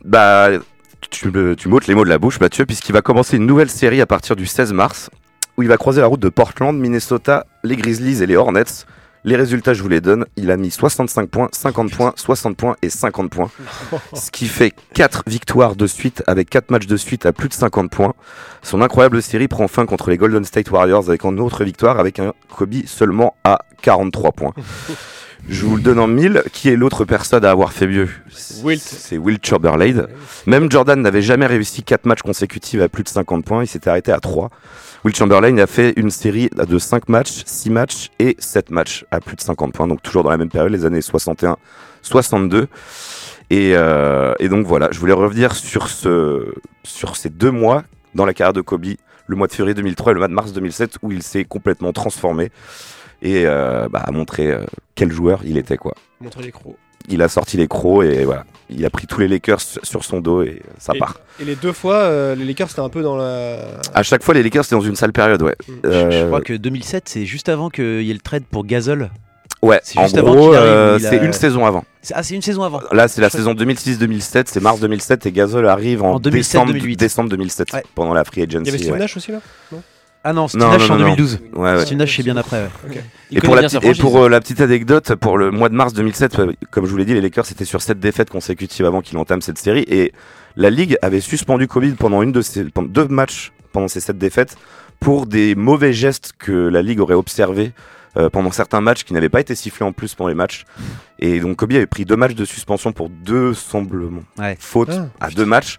S4: Bah, tu, me- tu m'ôtes les mots de la bouche, Mathieu, puisqu'il va commencer une nouvelle série à partir du 16 mars, où il va croiser la route de Portland, Minnesota, les Grizzlies et les Hornets. Les résultats, je vous les donne. Il a mis 65 points, 50 points, 60 points et 50 points. Ce qui fait 4 victoires de suite, avec 4 matchs de suite à plus de 50 points. Son incroyable série prend fin contre les Golden State Warriors avec une autre victoire, avec un Kobe seulement à 43 points. Je vous le donne en mille. Qui est l'autre personne à avoir fait mieux
S2: Wilt.
S4: C'est Wilt Chamberlain. Même Jordan n'avait jamais réussi 4 matchs consécutifs à plus de 50 points. Il s'était arrêté à 3. Wilt Chamberlain a fait une série de 5 matchs, 6 matchs et 7 matchs à plus de 50 points. Donc toujours dans la même période, les années 61-62. Et, euh, et donc voilà, je voulais revenir sur, ce, sur ces deux mois dans la carrière de Kobe, le mois de février 2003 et le mois de mars 2007, où il s'est complètement transformé et euh, bah, a montré euh, quel joueur il était. quoi.
S2: Montrez les crocs.
S4: Il a sorti les crocs et voilà, il a pris tous les Lakers sur son dos et ça
S2: et,
S4: part.
S2: Et les deux fois, euh, les Lakers c'était un peu dans la.
S4: À chaque fois, les Lakers, c'était dans une sale période, ouais.
S6: Je
S4: Euh,
S6: crois que 2007, c'est juste avant qu'il y ait le trade pour Gasol
S4: Ouais,
S6: C'est
S4: en
S6: juste avant
S4: gros,
S6: qu'il arrive,
S4: euh,
S6: il a-
S4: c'est une saison avant.
S6: C'est- Ah, c'est une saison avant.
S4: Là, c'est la
S6: Chouette.
S4: saison 2006-2007, c'est mars 2007 et Gasol arrive en,
S6: En 2007,
S4: décembre,
S6: 2008.
S4: décembre 2007 pendant la free agency.
S2: Il y avait Steve
S4: ouais.
S2: Nash aussi là Non
S6: Ah non, Steve
S4: Non,
S6: Nash
S4: non,
S6: c'est en
S4: non, non.
S6: 2012.
S4: Ouais, ouais.
S6: Steve Nash, c'est bien après. ouais.
S4: Et pour, la, petite- et pour, euh, la petite anecdote, pour le mois de mars 2007, euh, comme je vous l'ai dit, les Lakers étaient sur 7 défaites consécutives avant qu'il entame cette série. Et la Ligue avait suspendu Kobe pendant, une de ses, pendant deux matchs pendant ces 7 défaites pour des mauvais gestes que la Ligue aurait observés euh, pendant certains matchs qui n'avaient pas été sifflés en plus pendant les matchs. Et donc Kobe avait pris deux matchs de suspension pour deux semblements fautes
S2: Ah,
S4: à deux matchs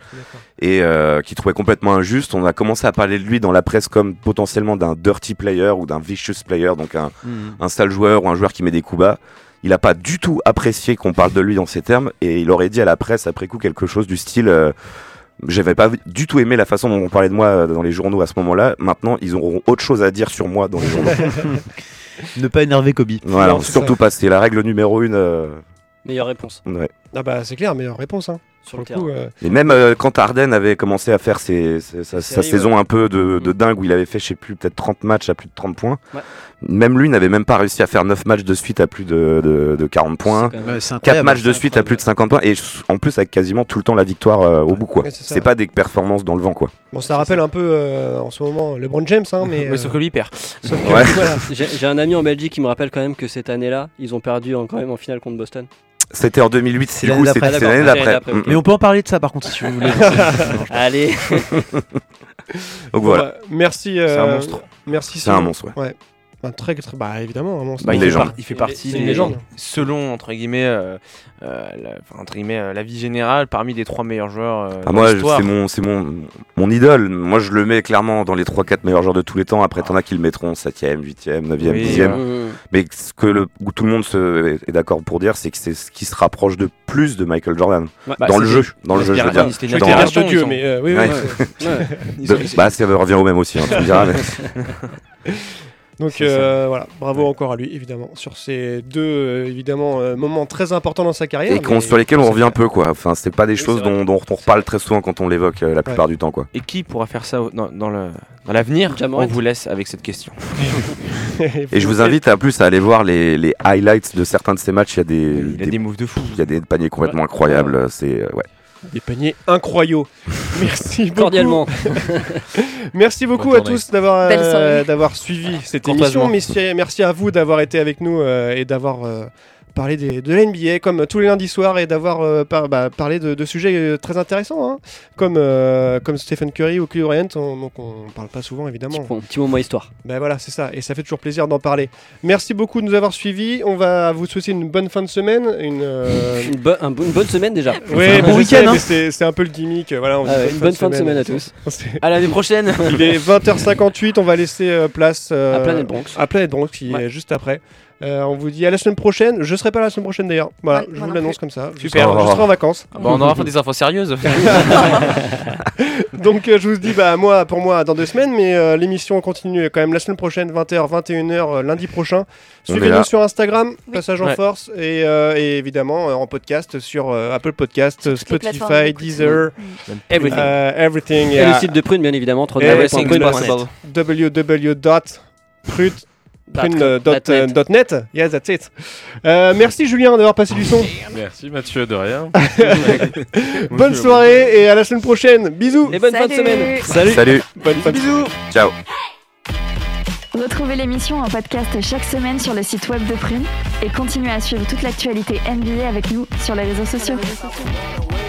S4: et euh, qui trouvait complètement injuste. On a commencé à parler de lui dans la presse comme potentiellement d'un dirty player ou d'un vicious player, donc un,
S6: Mhm.
S4: un sale joueur ou un joueur qui met des coups bas. Il n'a pas du tout apprécié qu'on parle de lui dans ces termes et il aurait dit à la presse après coup quelque chose du style euh, J'avais pas du tout aimé la façon dont on parlait de moi euh, dans les journaux à ce moment-là. Maintenant, ils auront autre chose à dire sur moi dans les journaux.
S6: ne pas énerver Kobe.
S4: euh, voilà,
S2: Non, c'est
S4: surtout
S2: ça.
S4: pas, c'est la règle numéro une. euh,
S3: Meilleure réponse.
S4: ouais.
S2: Ah bah c'est clair, meilleure réponse. Hein. Sur le, coup, euh,
S4: Et même euh, quand Arden avait commencé à faire ses- ses- sa, sa
S2: séries,
S4: saison
S2: ouais.
S4: un peu de, de dingue où il avait fait, je sais plus, peut-être 30 matchs à plus de 30 points,
S3: Ouais.
S4: même lui n'avait même pas réussi à faire 9 matchs de suite à plus de, de- de 40 points,
S6: quand même- Ouais, c'est
S4: 4
S6: incroyable. hein.
S4: matchs de suite à plus de 50 points, et s- en plus avec quasiment tout le temps la victoire euh, au bout. quoi.
S2: Ouais, c'est ça,
S4: C'est pas des performances dans le vent. quoi.
S2: Bon, ça rappelle un peu euh, en ce moment LeBron James, hein, mais.
S4: Mais sauf que lui, il perd.
S2: Sauf que-
S4: Ouais.
S2: voilà.
S3: J'ai j'ai un ami en Belgique qui me rappelle quand même que cette année-là, ils ont perdu en, quand même en finale contre Boston.
S4: C'était en 2008, c'est du
S6: L'année
S4: coup, c'était
S6: d'après.
S4: c'est l'année
S3: L'année
S4: d'après.
S3: d'après,
S4: Mm,
S3: ok.
S4: mm.
S6: Mais on peut en parler de ça par contre si vous voulez. Non, je-
S3: Allez.
S4: Donc
S2: Bon,
S4: voilà.
S2: bah, merci.
S4: C'est
S2: euh,
S4: un monstre.
S2: Merci.
S4: C'est un monstre, ouais.
S2: Un très, très- bah évidemment, un monstre.
S7: Bah, il, fait par- il fait
S2: C'est-
S7: partie
S2: c'est
S7: des-
S2: une légende.
S7: selon entre guillemets, euh, euh, la, enfin, entre guillemets euh, la vie générale parmi les trois meilleurs joueurs. euh,
S4: Ah,
S7: de
S4: moi, je-
S7: l'histoire.
S4: c'est mon, c'est mon, mon idole. Moi, je le mets clairement dans les 3-4 meilleurs joueurs de tous les temps. Après, t'en as qui le mettront 7ème, 8ème, 9ème,
S7: Oui,
S4: 10ème.
S3: voilà.
S4: Mais ce que le, où tout le monde se, est d'accord pour dire, c'est que c'est ce qui se rapproche de plus de Michael Jordan.
S7: Ouais. Bah,
S4: dans le
S7: c'est-
S4: jeu. Dans le jeu, je veux dire.
S7: C'était
S2: Je
S7: une
S2: crois
S4: Dans-
S2: qu'il
S7: aberration,
S2: reste Dieu,
S7: il semble.
S2: mais euh, oui, oui,
S4: Ouais.
S2: ouais.
S4: De- bah, ça revient au même aussi, hein, tu me diras. mais-
S2: Donc euh, voilà, bravo encore à lui, évidemment, sur ces deux euh, évidemment euh, moments très importants dans sa
S7: Ah,
S2: carrière.
S4: Et qu'on-
S2: mais-
S4: sur lesquels on revient un peu, quoi. Enfin, c'est pas des
S3: c'est
S4: choses
S3: vrai.
S4: dont, dont on reparle très souvent quand on l'évoque euh, la plupart du temps, quoi.
S7: Et qui pourra faire ça au- dans, dans le- dans l'avenir
S3: Jamorant.
S7: On vous laisse avec cette question.
S4: Et je vous invite à plus à aller voir les, les highlights de certains de ces matchs. Il y a des,
S7: Il a des moves de fou.
S4: il y a des paniers complètement incroyables. C'est euh, ouais.
S2: Des paniers incroyaux. Merci beaucoup.
S3: Cordialement.
S2: Merci beaucoup
S5: Bonne
S2: à
S5: journée.
S2: tous d'avoir
S14: Belle
S2: euh,
S14: soirée.
S2: d'avoir suivi cette émission.
S3: Courtoisement.
S2: Merci, merci à vous d'avoir été avec nous euh, et d'avoir euh, parlé des- de l'NBA comme tous les lundis soirs et d'avoir euh, par- bah, parlé de, de sujets euh, très intéressants hein, comme euh, comme Stephen Curry ou Kevin Durant. On, donc on parle pas souvent évidemment.
S3: Bon, petit moment histoire.
S2: Ben voilà, c'est ça, et ça fait toujours plaisir d'en parler. Merci beaucoup de nous avoir suivis. On va vous souhaiter une bonne fin de semaine, une. euh,
S3: Une, bo- un bo- une bonne semaine déjà.
S2: Ouais,
S6: bon
S2: bon
S6: week-end, hein.
S2: C'est c'est un peu le gimmick. euh, Voilà, on vous
S3: Ah ouais,
S2: souhaite
S3: une bonne fin de semaine à tous.
S2: C'est-
S7: À l'année prochaine.
S2: Il est 20h58, on va laisser euh, place euh,
S3: À Planète Bronx.
S2: à Planète Bronx qui
S3: Ouais.
S2: est juste après. Euh, on vous dit à la semaine prochaine. Je serai pas là la semaine prochaine d'ailleurs. Voilà,
S14: Ouais,
S2: je
S14: moi
S2: vous
S14: non
S2: l'annonce comme ça. Je
S7: Super.
S2: serai, je serai en vacances.
S7: Bon, on aura fait des infos sérieuses.
S2: Donc euh, je vous dis bah moi pour moi dans deux semaines, mais euh, l'émission continue quand même la semaine prochaine 20h 21h euh, lundi prochain.
S4: On est là.
S2: Suivez-nous sur Instagram Passage en
S7: Ouais.
S2: force et, euh, et évidemment euh, en podcast sur euh, Apple Podcast, euh,
S14: toutes les plateformes
S2: Spotify,
S14: d'écoute. Mm.
S2: Deezer,
S3: Everything.
S2: euh, everything.
S3: Et
S2: euh,
S3: le site de Prune, bien évidemment,
S2: Everything
S3: www.prune.net. Net.
S2: www.prune.net. Yes, that's it. Euh, merci Julien d'avoir passé du son.
S5: Merci Mathieu, de rien.
S2: Bonne soirée et à la semaine prochaine. Bisous.
S3: Et bonne fin de
S14: Salut.
S3: semaine.
S4: Salut,
S2: Bonne fin de
S4: ciao.
S1: Retrouvez l'émission en podcast chaque semaine sur le site web de Prune et continuez à suivre toute l'actualité NBA avec nous sur les réseaux sociaux.
S14: Sur les réseaux sociaux.